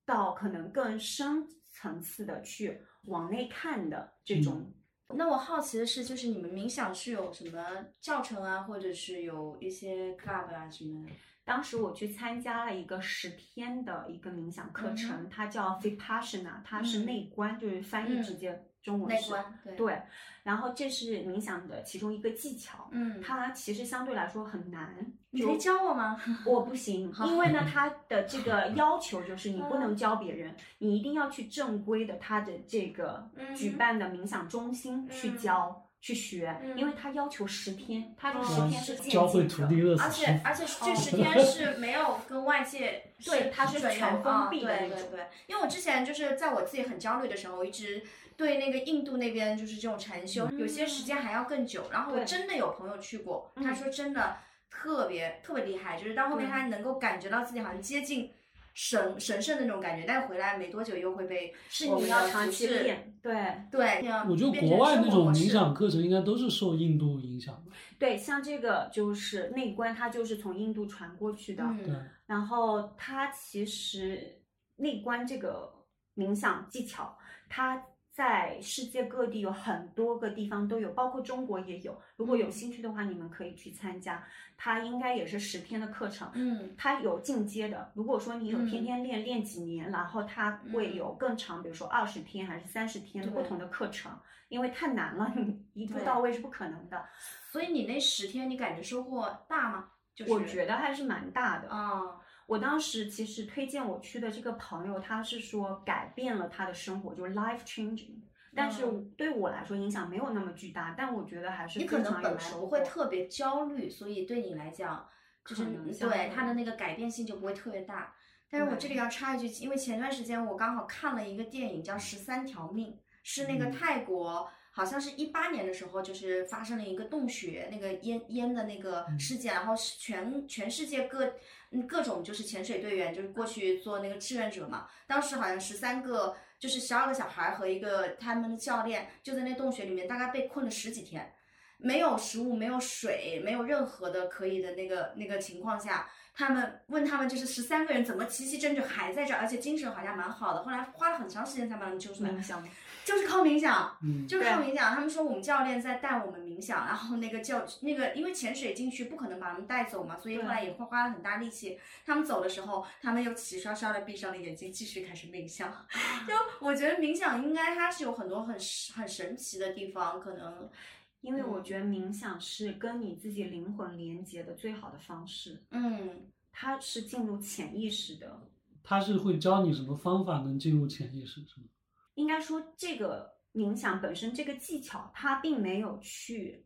到可能更深层次的去往内看的这
嗯
种。
那我好奇的是，就是你们冥想是有什么教程啊，或者是有一些 club 啊什么的？
当时我去参加了一个十天的一个冥想课程，它叫 Vipassana，它是
嗯
内观，就是翻译
嗯
直接中文
内
是
观，对，
对，然后这是冥想的其中一个技巧。
嗯，
它其实相对来说很难，
你
就
可以教我吗？
我不行，因为 呢，他的这个要求就是你不能教别人，你一定要去正规的他的这个
嗯哼
举办的冥想中心去
嗯
教、去学，
嗯
因为他要求十天，他这
哦
十天是
是
渐
嗯教会
进
徒
的
弟。饿
而
死师
且
傅。
而且这十天是没有跟外 界
对它是
准有
全封闭的
啊对
那
对
种
对，因为我之前就是在我自己很焦虑的时候，我一直对那个印度那边就是这种禅修，有些时间还要更久。然后我
嗯对
真的有朋友去过，
嗯
他说真的特别特别厉害，就是到后面
对
他能够感觉到自己好像接近神神圣的那种感觉，但是回来没多久又会被
是
我们
你要
的
长
服
期
饰
练，对
对，要
我觉得
变
国
成
外
生
那
活
种
模式
冥想课程应该都是受印度影响的，
对，像这个就是内观，它就是从印度传过去的，
对
嗯，，
然后它其实内观这个冥想技巧，它在世界各地有很多个地方都有，包括中国也有。如果有
嗯
兴趣的话，你们可以去参加。它应该也是十天的课程，
嗯
它有进阶的。如果说你有
嗯
天天练，练几年，然后它会
嗯
有更长，比如说二十天还是三十天
对
不同的课程，因为太难了，你一步
对
到位是不可能的。
所以你那十天你感觉收获大吗？就是
我觉得还是蛮大的。
啊，
我当时其实推荐我去的这个朋友，他是说改变了他的生活，就是 life changing。但是
嗯
对我来说影响没有那么巨大，但我觉得还是
你可
非常
能
有
本来
收
不会
获
特别焦虑，所以对你来讲，就是
可能
你
相
对
对
它的那个改变性就不会特别大。但是我这里要插一句，因为前段时间我刚好看了一个电影叫《十三条命》，是那个
嗯
泰国，好像是一八年的时候，就是发生了一个洞穴那个淹淹的那个
嗯
事件，然后是全全世界各嗯各种就是潜水队员就是
啊
过去做那个志愿者嘛，当时好像十三个。就是十二个小孩和一个他们的教练就在那洞穴里面，大概被困了十几天，没有食物，没有水，没有任何的可以的那个那个情况下，他们问他们就是十三个人怎么齐齐整整还在这儿，而且精神好像蛮好的。后来花了很长时间才把他们揪出来，
影响。
就是靠冥想，
嗯，
就是靠
对
冥想。他们说我们教练在带我们冥想，然后那个教那个因为潜水进去不可能把他们带走嘛，所以
对
后来也花花了很大力气。他们走的时候，他们又齐刷刷的闭上了眼睛，继续开始冥想。 就我觉得冥想应该它是有很多很很神奇的地方，可能
因为我
嗯
觉得冥想是跟你自己灵魂连接的最好的方式，
嗯。
它是进入潜意识的。
他是会教你什么方法能进入潜意识，是吗？
应该说这个冥想本身这个技巧，它并没有去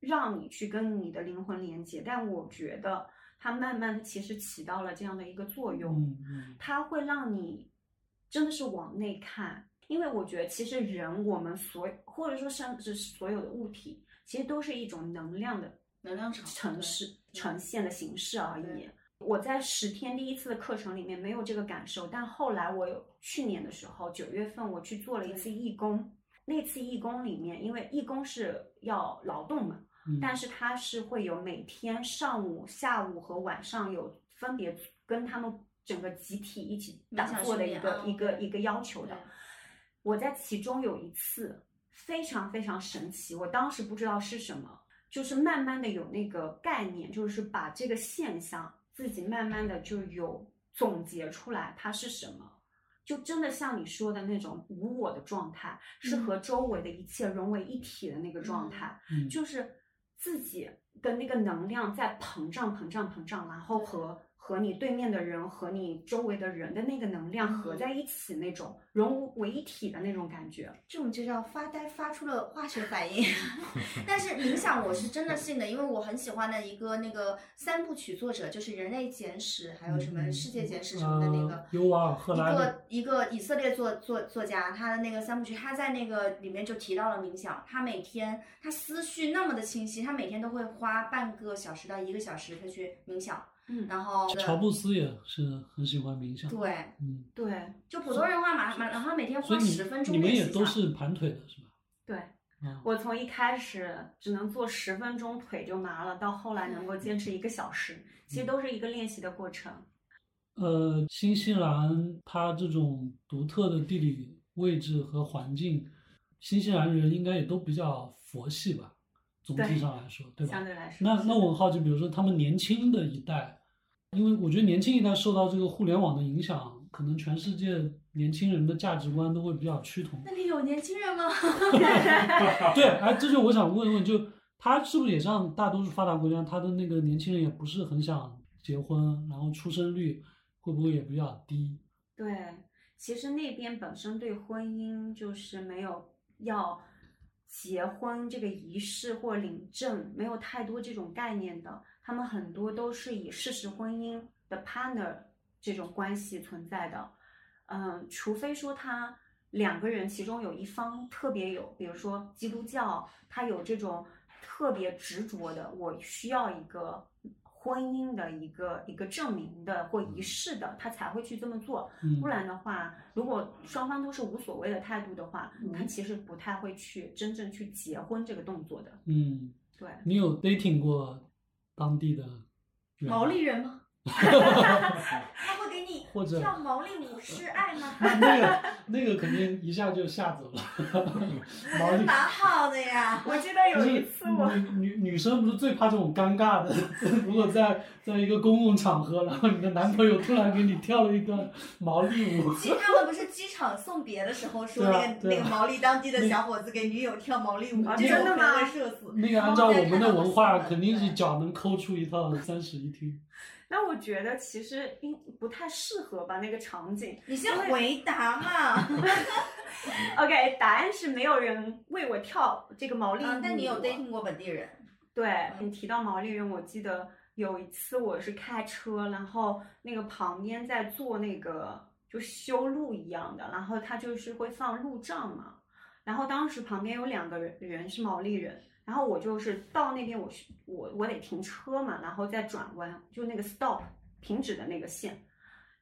让你去跟你的灵魂连接，但我觉得它慢慢的其实起到了这样的一个作用，
嗯嗯
它会让你真的是往内看，因为我觉得其实人我们所有或者说甚至是所有的物体，其实都是一种能量的
能量场
城市呈现的形式而已
对。
我在十天第一次的课程里面没有这个感受，但后来我有去年的时候，九月份我去做了一次义工。那次义工里面，因为义工是要劳动嘛，
嗯
但是它是会有每天上午、下午和晚上有分别跟他们整个集体一起打坐的一个
冥想训练啊
一个一个要求的
对。
我在其中有一次非常非常神奇，我当时不知道是什么，就是慢慢的有那个概念，就是把这个现象自己慢慢的就有总结出来，它是什么。就真的像你说的那种无我的状态，是
嗯
和周围的一切融为一体的那个状态。
嗯
就是自己的那个能量在膨胀、膨胀、膨胀，然后和和你对面的人和你周围的人的那个能量
嗯
合在一起，那种融为一体的那种感觉。
这种就叫发呆发出了化学反应。 但是冥想我是真的信的，因为我很喜欢的一个那个三部曲作者就是《人类简史》，还有什
嗯
么《世界简史》什么的那
啊
个。
嗯呃尤瓦尔赫
一
拉利
个一个以色列作作作家，他的那个三部曲，他在那个里面就提到了冥想。他每天他思绪那么的清晰，他每天都会花半个小时到一个小时，他去冥想。
嗯
然后
乔布斯也是很喜欢冥想，
对，
嗯，
对
就普通人话马马，然后每天
所
花
以你
十分钟
你们
练
也
习
都
一下。
是盘腿的是吧？
对，
嗯，
我从一开始只能做十分钟，腿就麻了，到后来
嗯
能够坚持一个小时，其实都是一个练习的过程。
呃，新西兰它这种独特的地理位置和环境，新西兰人应该也都比较佛系吧，总体
对
上来说，对吧？
相对来说，
那那我很好奇，比如说他们年轻的一代，因为我觉得年轻一代受到这个互联网的影响，可能全世界年轻人的价值观都会比较趋同。
那里有年 轻人吗？
对， 哎，这就我想问问，就他是不是也像大多数发达国家，他的那个年轻人也不是很想结婚，然后出生率会不会也比较低？
对，其实那边本身对婚姻就是没有要结婚这个仪式或领证没有太多这种概念的，他们很多都是以事实婚姻的 partner 这种关系存在的。嗯，除非说他两个人其中有一方特别有，比如说基督教，他有这种特别执着的，我需要一个婚姻的一个一个证明的或仪式的，他才会去这么做。
嗯
不，然的话，如果双方都是无所谓的态度的话，他其实不太会去真正去结婚这个动作的。
嗯，
对，
你有 dating 过当地的人
毛利人吗？
他会给你
或者
跳毛利舞示爱吗？
那个那个肯定一下就吓走了， 毛 利。
蛮好的呀。
我记得
就是女女女生不是最怕这种尴尬的， 如果在在一个公共场合，然后你的男朋友突然给你跳了一段毛利舞，
其实他们不是机场送别的时候说
对
那
啊
个
对啊
那个毛利当地的小伙子给女友跳毛利舞，
啊
这
真
种
的
我
吗
会社死。
那个按照我们的文化，
然后再看到的
肯定是
对
脚能抠出一套三室一厅。
那我觉得其实应不太适合吧那个场景。
你先回答 嘛。嗯
OK，答案是没有人为我跳这个毛利舞。
啊，但你有 dating 过本 地人？
对
嗯
你提到毛利人，我记得有一次我是开车，然后那个旁边在做那个就修路一样的，然后他就是会放路障嘛，然后当时旁边有两个人人是毛利人，然后我就是到那边我是我我得停车嘛，然后再转弯，就那个 stop 停止的那个线，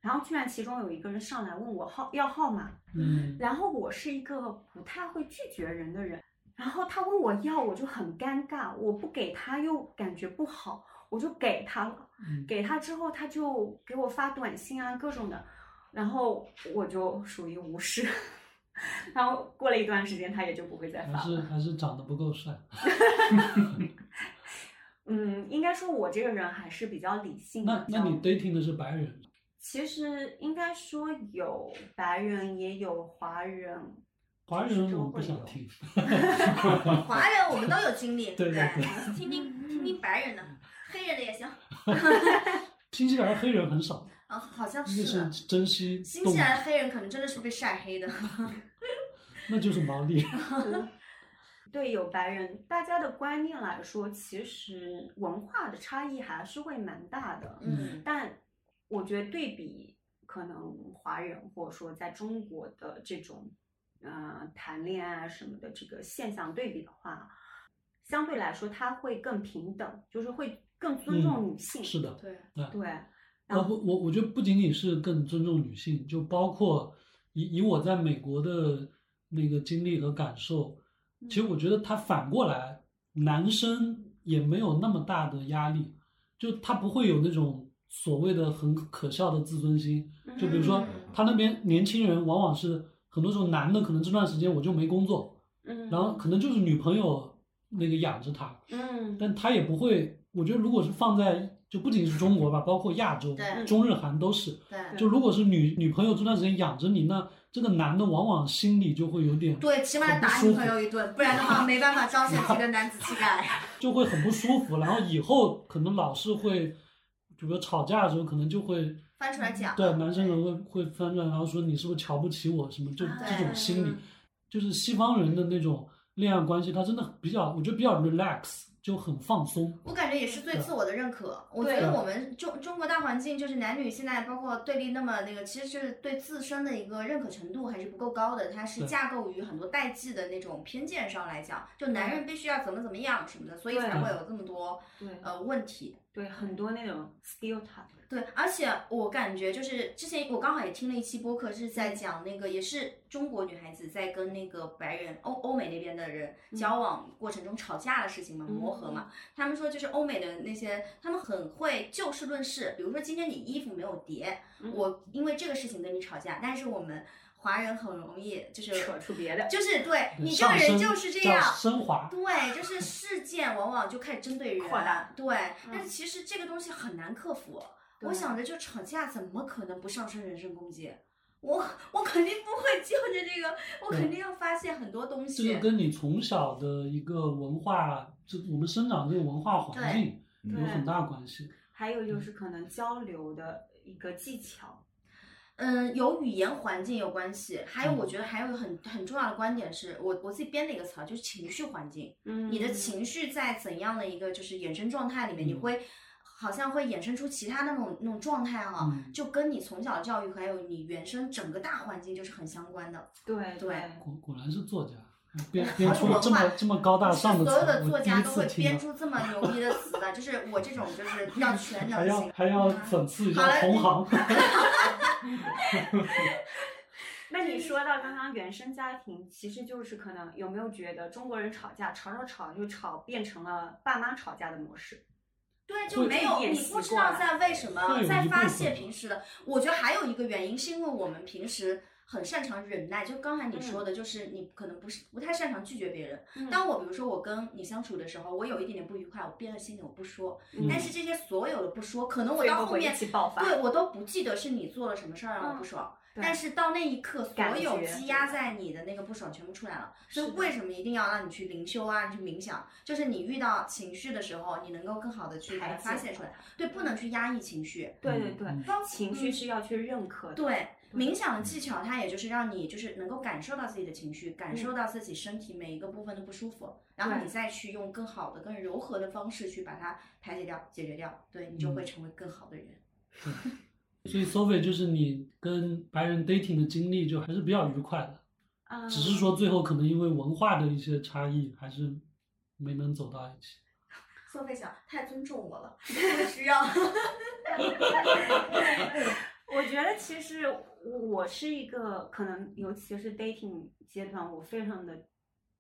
然后居然其中有一个人上来问我号要号码，
嗯，
然后我是一个不太会拒绝人的人，然后他问我要，我就很尴尬，我不给他又感觉不好，我就给他了。
嗯
给他之后，他就给我发短信啊，各种的，然后我就属于无视。 然后过了一段时间，他也就不会再
还
发
是
了。
还是长得不够帅。
嗯，应该说我这个人还是比较理性的
那。那
这
你
样
dating 的是白人，
其实应该说有白人，也有华人，
华
就是
人
都
我不
会
想
有
听。
华人我们都有经历，哎
对对对
听听听听白人的，黑人的也行。
新西兰黑人很少，
啊，好像
那
是
是
啊。
珍惜
新
动
西
物，
兰黑人可能真的是被晒黑的，嗯
那就是毛利。
对有白人，大家的观念来说，其实文化的差异还是会蛮大的。
嗯
嗯，
但我觉得对比可能华人或者说在中国啊的这种，呃，谈恋爱什么的这个现象对比的话，相对来说他会更平等，就是会更尊重女性。
嗯是的，
对，
对，
啊不，我我觉得不仅仅是更尊重女性，就包括以以我在美国的那个经历和感受，其实我觉得他反过来，男生也没有那么大的压力，就他不会有那种所谓的很可笑的自尊心。就比如说
嗯
他那边年轻人往往是很多时候男的可能这段时间我就没工作，
嗯，
然后可能就是女朋友那个养着他，
嗯，
但他也不会，我觉得如果是放在就不仅是中国吧，包括亚洲
嗯对、
中日韩都是，
嗯对
就如果是女女朋友这段时间养着你，那这个男的往往心里就会有点，
对，起码打女朋友一顿，不然的 话没办法彰显自己的男子气概。
就会很不舒服，然后以后可能老是会，比如说吵架的时候，可能就会
翻出来讲，
对男生可能
嗯
会会翻转，然后说你是不是瞧不起我什么，就
对
这种心理，就是西方人的那种恋爱关系，他真的比较，我觉得比较 relax，就很放松，
我感觉也是对自我的认可。我觉
嗯对
得我们中中国大环境就是男女现在包括对立那么那个，其实就是对自身的一个认可程度还是不够高的。它是
对
架构于很多代际的那种偏见上来讲，就男人必须要怎么怎么样什么的，所以
对
才会有这么多
对
呃问题。
对很多那种 stereotype，
对，而且我感觉就是之前我刚好也听了一期播客，是
嗯
在讲那个也是中国女孩子在跟那个白人欧欧美那边的人
嗯
交往过程中吵架的事情嘛，
嗯
磨合嘛。他们说就是欧美的那些，他们很会就事论事，比如说今天你衣服没有叠，
嗯
我因为这个事情跟你吵架，但是我们华人很容易就是
扯出别的
就是对
对
你这个
上
人
升
就是这
叫
样，
升华，
对，就是事件往往就开始针对人
扩大，
对，但
嗯
是其实这个东西很难克服。
对
我想着就吵架怎么可能不上升人身攻击？我我肯定不会就着这个，我
对
肯定要发现很多东
这个
西。
跟你从小的一个文化，就我们生长这个文化环境
对
有很大关系。
还有
嗯
就是可能交流的一个技巧，
嗯，有语言环境有关系，还有
嗯
我觉得还有很很重要的观点是我我自己编的一个词儿，啊就是情绪环境。
嗯
你的情绪在怎样的一个就是衍生状态里面，你
嗯
会好像会衍生出其他的那种那种状态啊。
嗯，
就跟你从小的教育还有你原生整个大环境就是很相关的。
对
对
果果然是作家，编
好
编
有
出
文
了这么
化
这么高大
不是
上的
所有
词，
的
我
作
第
家
一
都
次
会
听啊
编
到。
出这么牛逼的词的，就是我这种就是 要全
还
能
要
型。
还要讽刺一
好
下
了
同 行，
那你说到刚刚原生家庭，其实就是可能有没有觉得中国人吵架吵吵吵就吵变成了爸妈吵架的模式？
对，就没有
会
你不知道在为什
会有
么
一
在发
部
泄
分
平时的。我觉得还有一个原因是因为我们平时。很擅长忍耐，就刚才你
嗯
说的，就是你可能不是不太擅长拒绝别人。当我比如说我跟你相处的时候，我有一点点不愉快，我憋了心里我不说，
嗯
但是这些所有的不说，可能我
会
到
不
后
会
面
一起爆发？
对我都不记得是你做了什么事儿啊让我
嗯
不爽，
对
但是到那一刻，所
感
有
觉
积压在你的那个不爽全部出来了。所以
是的
为什么一定要让你去灵修啊，你去冥想？就是你遇到情绪的时候，你能够更好的去把它
排
发
解
泄出来，对，不能去压抑情绪。
对对对，
嗯
情绪是要去认可的。
对，冥想的技巧，它也就是让你就是能够感受到自己的情绪，感受到自己身体每一个部分的不舒服，然后
对
你再去用更好的、更柔和的方式去把它排解掉、解决掉，对你就会
嗯
成为更好的人。
所以 Sophie 就是你跟白人 dating 的经历就还是比较愉快的，
嗯
只是说最后可能因为文化的一些差异，还是没能走到一起。
索菲想太尊重我了，不需要。
我觉得其实我是一个可能，尤其是 dating 阶段，我非常的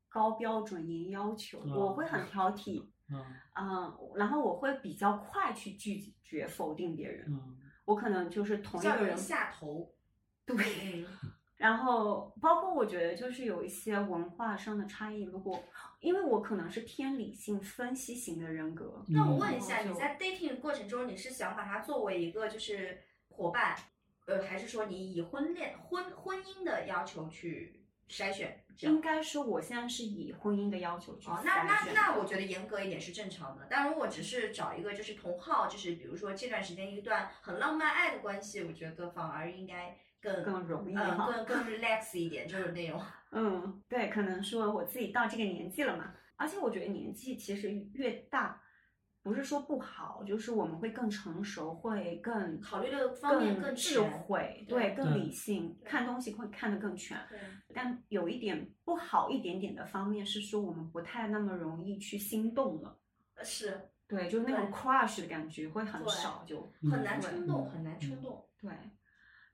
高标准严要求，
嗯
我会很挑剔，
嗯
嗯，然后我会比较快去拒绝否定别人，
嗯，
我可能就是同一
叫
个
人
人，
下头。
嗯
嗯
对，然后包括我觉得就是有一些文化上的差异，如果因为我可能是偏理性分析型的人格，
那我问
嗯
一下，
嗯
你在 dating 过程中，你是想把他作为一个就是伙伴，呃，还是说你以婚恋婚婚姻的要求去筛选？这样
应该说我现在是以婚姻的要求去
哦，那
筛
那
选
那，我觉得严格一点是正常的。但如果只是找一个就是同好，就是比如说这段时间一段很浪漫爱的关系，我觉得反而应该更
更容易
呃
哈
更更 relax 一点，就是那种
嗯，对，可能说我自己到这个年纪了嘛，而且我觉得年纪其实越大，不是说不好，就是我们会更成熟，会更
考虑的方面更
智
全
慧，
对
对，更
对
理性，看东西会看得更全。
对
但有一点不好一点点的方面是说，我们不太那么容易去心动了。
呃是
对，就是那种
对
crush 的感觉会很
对
少，就
很难
对
冲动，很难冲动。
对，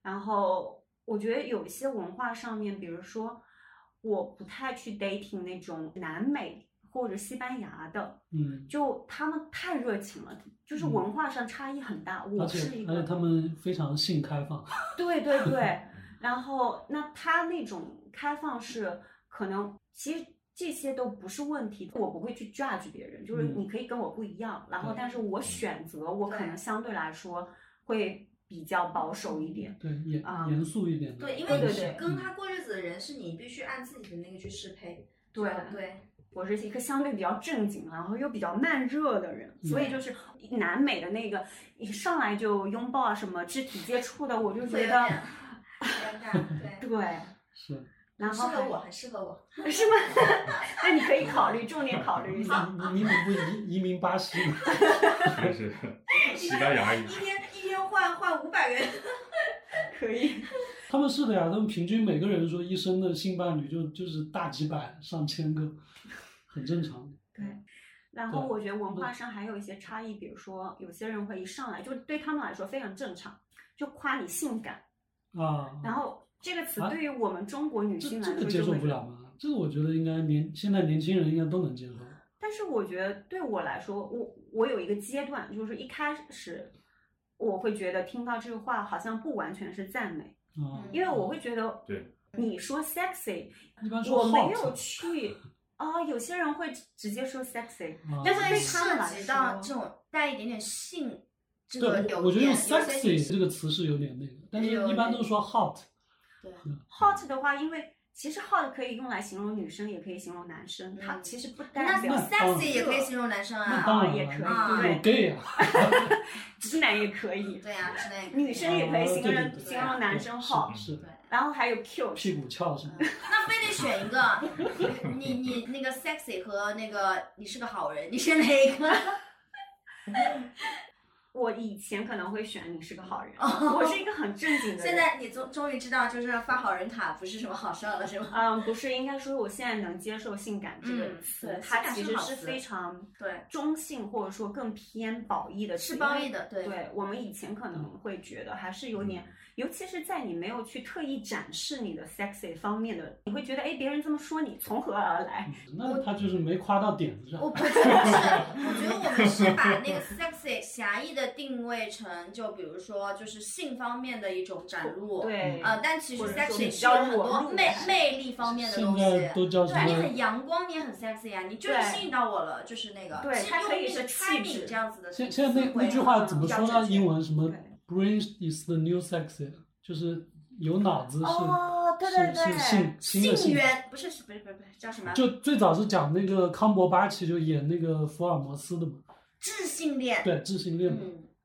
然后我觉得有一些文化上面，比如说我不太去 dating 那种南美或者西班牙的，
嗯，
就他们太热情了，就是
嗯
文化上差异很大。
而
我是
且
一
而且
个，
他们非常性开放，
对对 对，然后那他那种开放是可能其实。这些都不是问题，我不会去 judge 别人，就是
嗯
你可以跟我不一样，然后
对嗯
但是我选择，我可
对
能相对来说会比较保守一点。
对严
啊
严肃一点的嗯关
对，嗯
系，
因为
对
你
对
跟他过日子的人是你必须按自己的那个去适配。
对
对，
我是一个相对比较正经，啊然后又比较慢热的人，所
嗯
以就是南美的那个一上来就拥抱啊什么肢体接触的，我就
会
觉
有
得
点尴尬，对。
对，
是
然
很适
后
合我，很适合我。
还 是吗？那你可以考虑重点考虑一下。
你你你不移移民巴西吗？
真是西班牙语
一。天一天换换五百元，
嗯
可以，
他们是的呀，他们平均每个人说一生的性伴侣就就是大几百上千个，很正常。
然后
对嗯
我觉得文化上还有一些差异，比如说有些人会一上来就对他们来说非常正常，就夸你性感，
啊，
然后这个词
啊
对于我们中国女
这
性
这
来
个
说
接
就
受
会
不了吗？这个我觉得应该年现在年轻人应该都能接受。啊
但是我觉得对我来说，我我有一个阶段，就是一开始我会觉得听到这个话好像不完全是赞美，
啊，
嗯因为我会觉得
对
你说 sexy，
一般
我
说
没有
hot，
去啊、有些人会直接说 sexy，
啊
但是
会
对他们来
涉及到这
说，
种带一点点性这个
对，
留
我我觉得用
言有些女
sexy
性
这个词是有点那个，但是
有
一般
点
都说 hot。
hot 的话，因为其实 hot 可以用来形容女生，也可以形容男生，它
嗯
其实不
那
代表
sexy 也可以形容男生
那
啊，
当然
也
了
可以
那
对
有 gay 啊，
直男也可以，
对呀，之类的。
女生也可以形容、
啊对对对
形容男生
是
hot，
是
对。
然后还有 cute，
屁股翘什么的。
啊那非得选一个，你你那个 sexy 和那个你是个好人，你选哪一个？
我以前可能会选你是个 好人，
哦
我是一个很正经的 人。
现在你终终于知道，就是发好人卡不是什么好事儿了，是吗？
嗯，不是，应该说我现在能接受“性感”这个
嗯
词，
对性
它
感
其
是
实
好
是
词
非常
对，
中性或者说更偏褒义的词，
是褒
因为
义。的，对。嗯
对我们以前可能会觉得还是有点，尤其是在你没有去特意展示你的 sexy 方面的，你会觉得哎，别人这么说你从何而来？
那他就是没夸到点子上。
我不觉得是，我觉得我们是把那个 sexy 狭义的定位成，就比如说就是性方面的一种展露，
对，
呃，但其实
或者说
sexy
比
是有
较
很
裸
多
露
魅魅力方面的
现
东西
在。都叫什
对，你
么
很阳光，你也很 sexy 啊，你就是
对
吸引到我了，就是那个，
对
其实
它可
用
以
那
是
个
气质
timing 这样子的词汇
现
啊。
现在那那句话怎么说
比较
呢？
正确
英文什么
对
“brain is the new sexy”，就是有脑子是、
哦，对
是
对
是
对，
性新的性。
缘不是是不是不是不是叫什么？
就最早是讲那个康伯巴奇就演那个福尔摩斯的嘛，
智性恋。
对，智性恋嘛。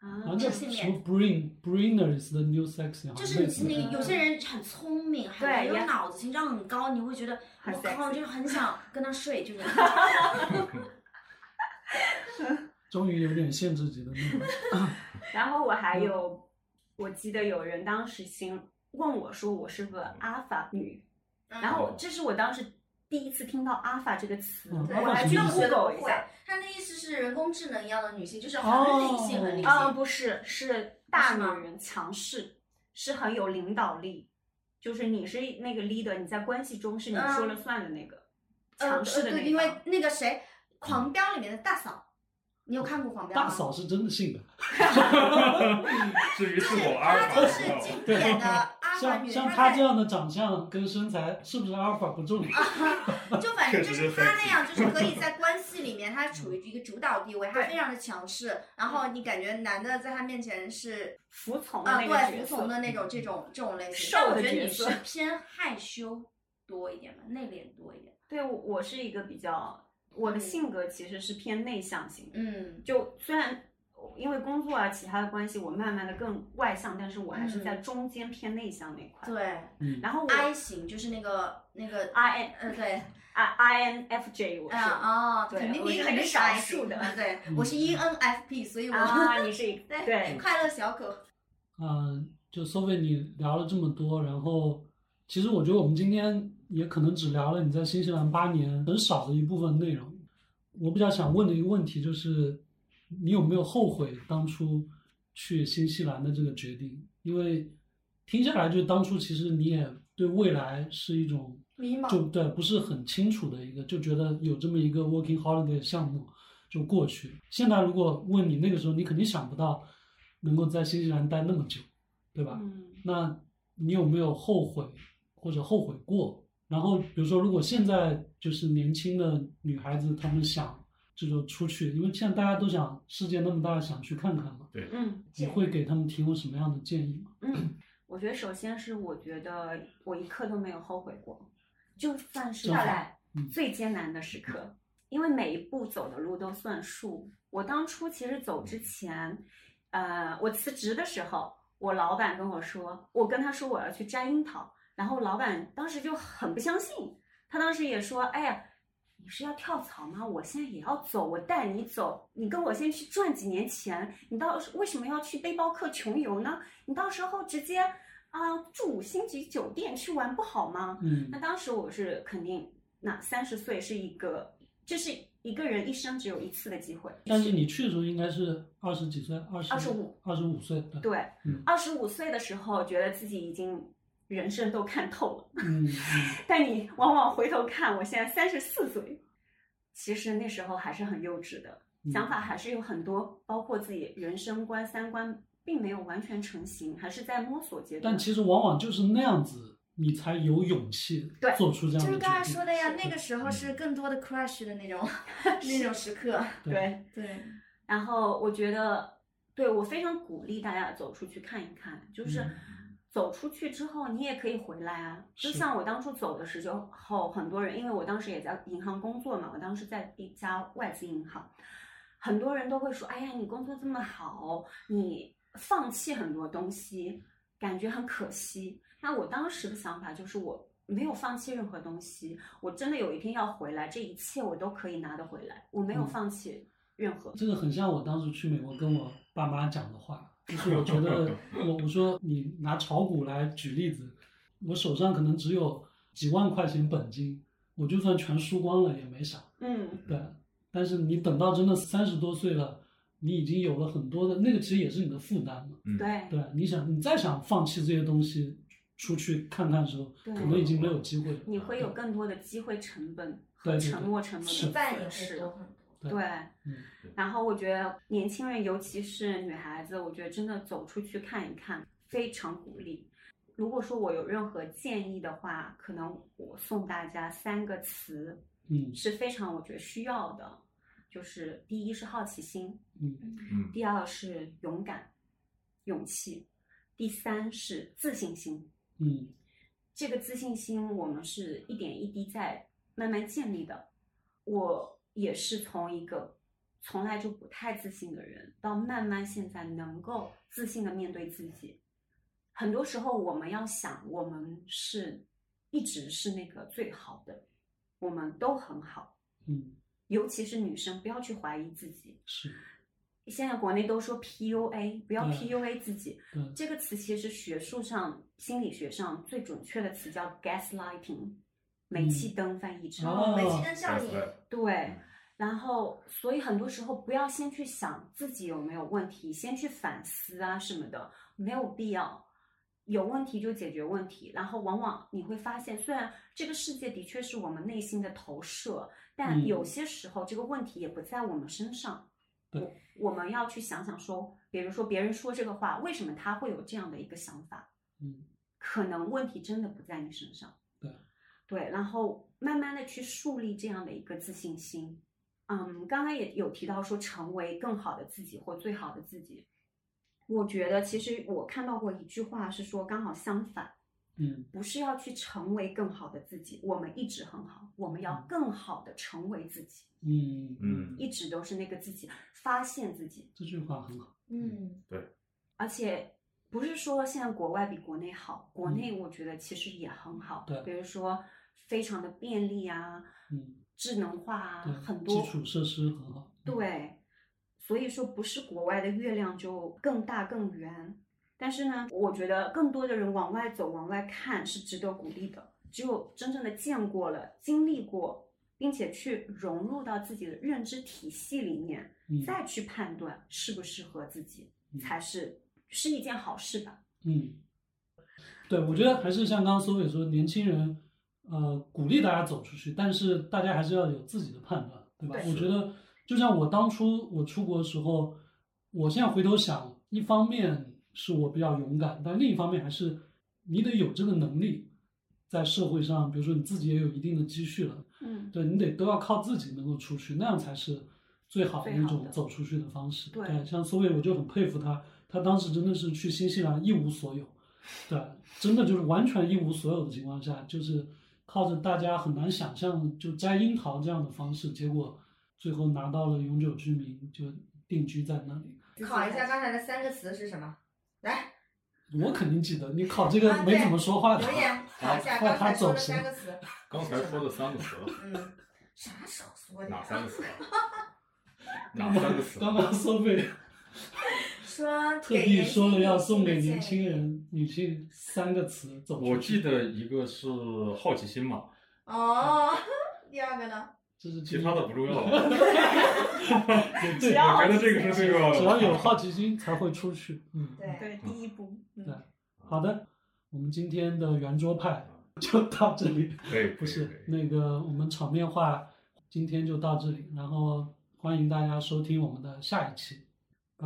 嗯，
然
啊
后，那
性
什
恋
么 “brain brainer is the new sexy”，好像
就是
类
你
似
那
的
个有些人很聪明，很
对
有
也
脑子，情商很高，你会觉得我
很
靠，
sexy
就是很想跟他睡，就是。
终于有点限制级的 那
啊
种。
然后我还
嗯
有，我记得有人当时新问我说我是
嗯
个阿法女，
嗯
然后这是我当时第一次听到“阿法”这个词，
嗯
对，
阿
我
法
还
是
去
女性
Google 一下。，
他那意思是人工智能一样的女性，就是
哦
很理性，很理性。
嗯，不是，是大
是
女
吗
人强势，是很有领导力，就是你是那个 leader，你在关系中是你说了算的那个、
嗯呃
强势
呃
的那
对，
一
因为
方
那个谁，《狂飙》里面的大嫂，你有看过《狂飙》
嗯
吗？
大嫂是真的性感，
至于
就是
否阿尔
她就
法，不
是
知道
经典的阿法
像
女，
像
她
她
在
这样的长相跟身材，是不是阿尔法不 重要？
就反正就
确实
是
是
他
很
那样，就是可 以在关系里面，他处于
嗯
一个主导地位，他
对
非常的强势。然后你感觉男的在他面前是
服从的
啊，
那个
对，
角
服
色。
从的那种这种这种类型。
受
但我
的
觉得
角
你
色
是偏害羞多一点吧，内敛多一点。
对，我我是一个比较，我的
嗯
性格其实是偏内向型的，
嗯，
就虽然。因为工作啊其他的关系，我慢慢的更外向，但是我还是在中间偏内向那一块。
嗯对
嗯，
然后我
，I 型就是那个那个，
I N
呃，对，
I 啊 I N F J 我是。
啊，哦，
对
肯定
我
你
是
肯定是
少
I
数
型
的嗯
嘛，对，我是 E ENFP，所以我
啊，你是一
对
对，
快乐小狗，
嗯，就 Sophie，你聊了这么多，然后其实我觉得我们今天也可能只聊了你在新西兰八年很少的一部分内容。我比较想问的一个问题就是，你有没有后悔当初去新西兰的这个决定？因为听下来，就当初其实你也对未来是一种
迷茫
就对不是很清楚的一个，就觉得有这么一个 working holiday 项目就过去。现在如果问你那个时候，你肯定想不到能够在新西兰待那么久，对吧？
嗯
那你有没有后悔或者后悔过？然后比如说，如果现在就是年轻的女孩子，她们想这就出去，因为现在大家都想世界那么大，想去看看嘛，
嗯。
你会给她们提供什么样的建议吗？
嗯，我觉得首先是我觉得我一刻都没有后悔过，就算是
真好
在
嗯
最艰难的时刻，因为每一步走的路都算数。我当初其实走之前，呃，我辞职的时候，我老板跟我说，我跟他说我要去摘樱桃，然后老板当时就很不相信，他当时也说，哎呀。你是要跳槽吗？我现在也要走，我带你走，你跟我先去赚几年钱，你到时为什么要去背包客穷游呢？你到时候直接啊、住五星级酒店去玩不好吗？
嗯
那当时我是肯定，那三十岁是一个，这是一个人一生只有一次的机会。
但是你去的时候应该是二十几岁，二十
25，
二十五岁，对，
对
嗯，
二十五岁的时候觉得自己已经人生都看透了，
嗯，
但你往往回头看，我现在三十四岁，其实那时候还是很幼稚的，
嗯
想法还是有很多，包括自己人生观、三观并没有完全成型，还是在摸索阶段。
但其实往往就是那样子，你才有勇气
对
做出这样
就
的决定。
是刚才说的呀，
是
那个时
嗯
候是更多的 crush 的那 种那种时刻，
对，
对，
然后我觉得，对我非常鼓励大家走出去看一看，就是
嗯
走出去之后，你也可以回来啊。就是像我当初走的时候，很多人，因为我当时也在银行工作嘛，我当时在一家外资银行，很多人都会说：“哎呀，你工作这么好，你放弃很多东西，感觉很可惜。”那我当时的想法就是我。没有放弃任何东西，我真的有一天要回来，这一切我都可以拿得回来，我没有
嗯
放弃任何。
这个很像我当时去美国跟我爸妈讲的话，就是我觉得我我说你拿炒股来举例子，我手上可能只有几万块钱本金，我就算全输光了也没啥，
嗯，
对。但是你等到真的三十多岁了，你已经有了很多的那个，其实也是你的负担嘛。
嗯，
对
对，你想你再想放弃这些东西，出去看看的时候，
对
可能已经没有机会了。
你会有更多的机会成本
对
和
对
沉
对
没成本
是
陪
的
伴
损
也会
失
多。很多。
对
对，
嗯
然后我觉得年轻人，尤其是女孩子，我觉得真的走出去看一看，非常鼓励。如果说我有任何建议的话，可能我送大家三个词
嗯
是非常我觉得需要的，就是第一是好奇心，
嗯
嗯
第二是勇敢、勇气，第三是自信心。
嗯
这个自信心，我们是一点一滴在慢慢建立的。我也是从一个从来就不太自信的人，到慢慢现在能够自信的面对自己。很多时候，我们要想，我们是一直是那个最好的，我们都很好。
嗯，
尤其是女生，不要去怀疑自己。
是，
现在国内都说 PUA，不要
对
PUA 自己，
对，
这个词其实学术上、心理学上最准确的词叫 gaslighting，煤气灯翻译成。
哦
煤气灯效
对
应，
嗯
对，然后所以很多时候不要先去想自己有没有问题，先去反思啊什么的，没有必要。有问题就解决问题，然后往往你会发现，虽然这个世界的确是我们内心的投射，但
嗯
有些时候这个问题也不在我们身上。
对
我我们要去想想说，比如说别人说这个话，为什么他会有这样的一个想法？
嗯
可能问题真的不在你身上。
对，
对，然后慢慢的去树立这样的一个自信心。嗯，刚刚也有提到说成为更好的自己或最好的自己。我觉得其实我看到过一句话是说刚好相反，
嗯
不是要去成为更好的自己，我们一直很好，我们要更好的成为自己，
嗯嗯，
嗯，
一直都是那个自己，发现自己，
这句话很好。
嗯
而且不是说现在国外比国内好，国内我觉得其实也很好，
嗯对
比如说非常的便利啊，
嗯，
智能化啊，
对，
很多
基础设施很好。
对，所以说不是国外的月亮就更大更圆，但是呢，我觉得更多的人往外走、往外看是值得鼓励的。只有真正的见过了、经历过，并且去融入到自己的认知体系里面，
嗯
再去判断适不适合自己，
嗯
才是是一件好事吧。
嗯，对，我觉得还是像刚刚苏伟说，年轻人，呃，鼓励大家走出去，但是大家还是要有自己的判断，对吧？
对
我觉得，就像我当初我出国的时候，我现在回头想，一方面是我比较勇敢，但另一方面还是你得有这个能力，在社会上，比如说你自己也有一定的积蓄了，
嗯，
对你得都要靠自己能够出去，那样才是最好的
最
那
好
种
的
走出去的方式。
对
像苏伟，我就很佩服他，他当时真的是去新西兰一无所有，对，真的就是完全一无所有的情况下，就是靠着大家很难想象的就摘樱桃这样的方式，结果最后拿到了永久居民，就定居在那里。
考一下刚才的三个词是什么？来，
我肯定记得，你考这个
啊
没
对
怎么说话的
留，言考一下刚才说的三个词。
刚才说的三个词，
嗯，啥时候说的？
哪三个词？哪
刚
三
刚
个词？
刚刚苏伟
说
特
给
地
年
说
轻
了要
人
送给
一些
年
建
轻
议。
人女性三个词，走出去。
我记得一个是好奇心嘛，
哦，第二个呢？
这是
其他的不重要了。
对，
只
对
要
我觉得这个是这个，
只要有好奇心才会出去。嗯，
对，
对，第一步，嗯
对好的，我们今天的圆桌派就到这里，
可以，可以
不
可
是
以
那个我们场面话，今天就到这里，然后欢迎大家收听我们的下一期，拜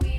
We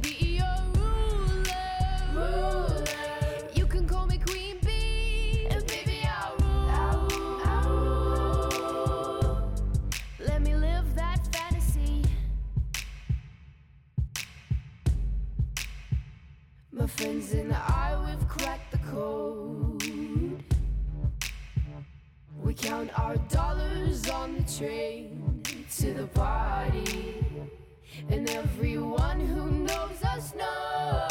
be your ruler. Ruler. You can call me Queen Bee, and baby I'll rule. I'll rule. Let me live that fantasy. My friends and I, we've cracked the code. We count our dollars on the train to the party. And everyone who knows us knows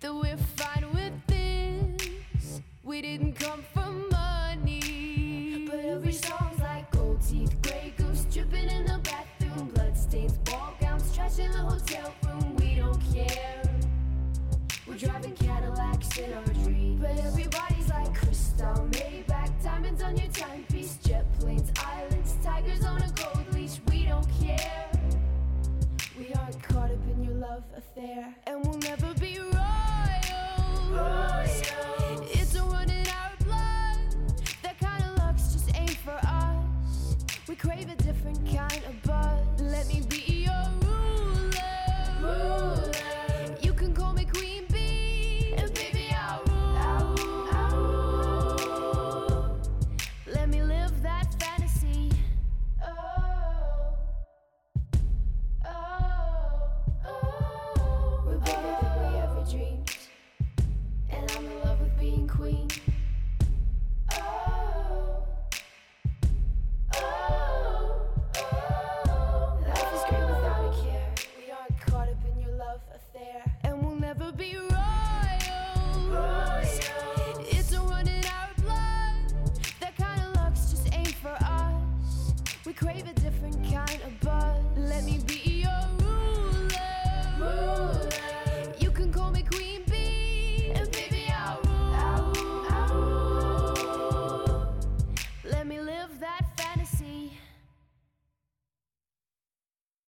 that we're fine with this. We didn't come for money. But every song's like gold teeth, grey goose dripping in the bathroom, bloodstains, ball gowns, trash in the hotel room. We don't care. We're driving Cadillacs in our dreams. But everybody's like crystal Maybach, diamonds on your timepiece, jet planes, islands, tigers on a gold leash. We don't care. We aren't caught up in your love affair, and we'll never be royal. Royals. It's a run in our blood. That kind of luck's just ain't for us. We crave a different kind of buzz. Let me be your ruler. Ruler. You can call me Queen Bee, and baby I'll rule. I'll rule. I'll rule. Let me live that fantasy. Oh. oh. We're better than we ever dreamed. And I'm in love with being queen. Oh, oh, oh. crave a different kind of buzz. Let me be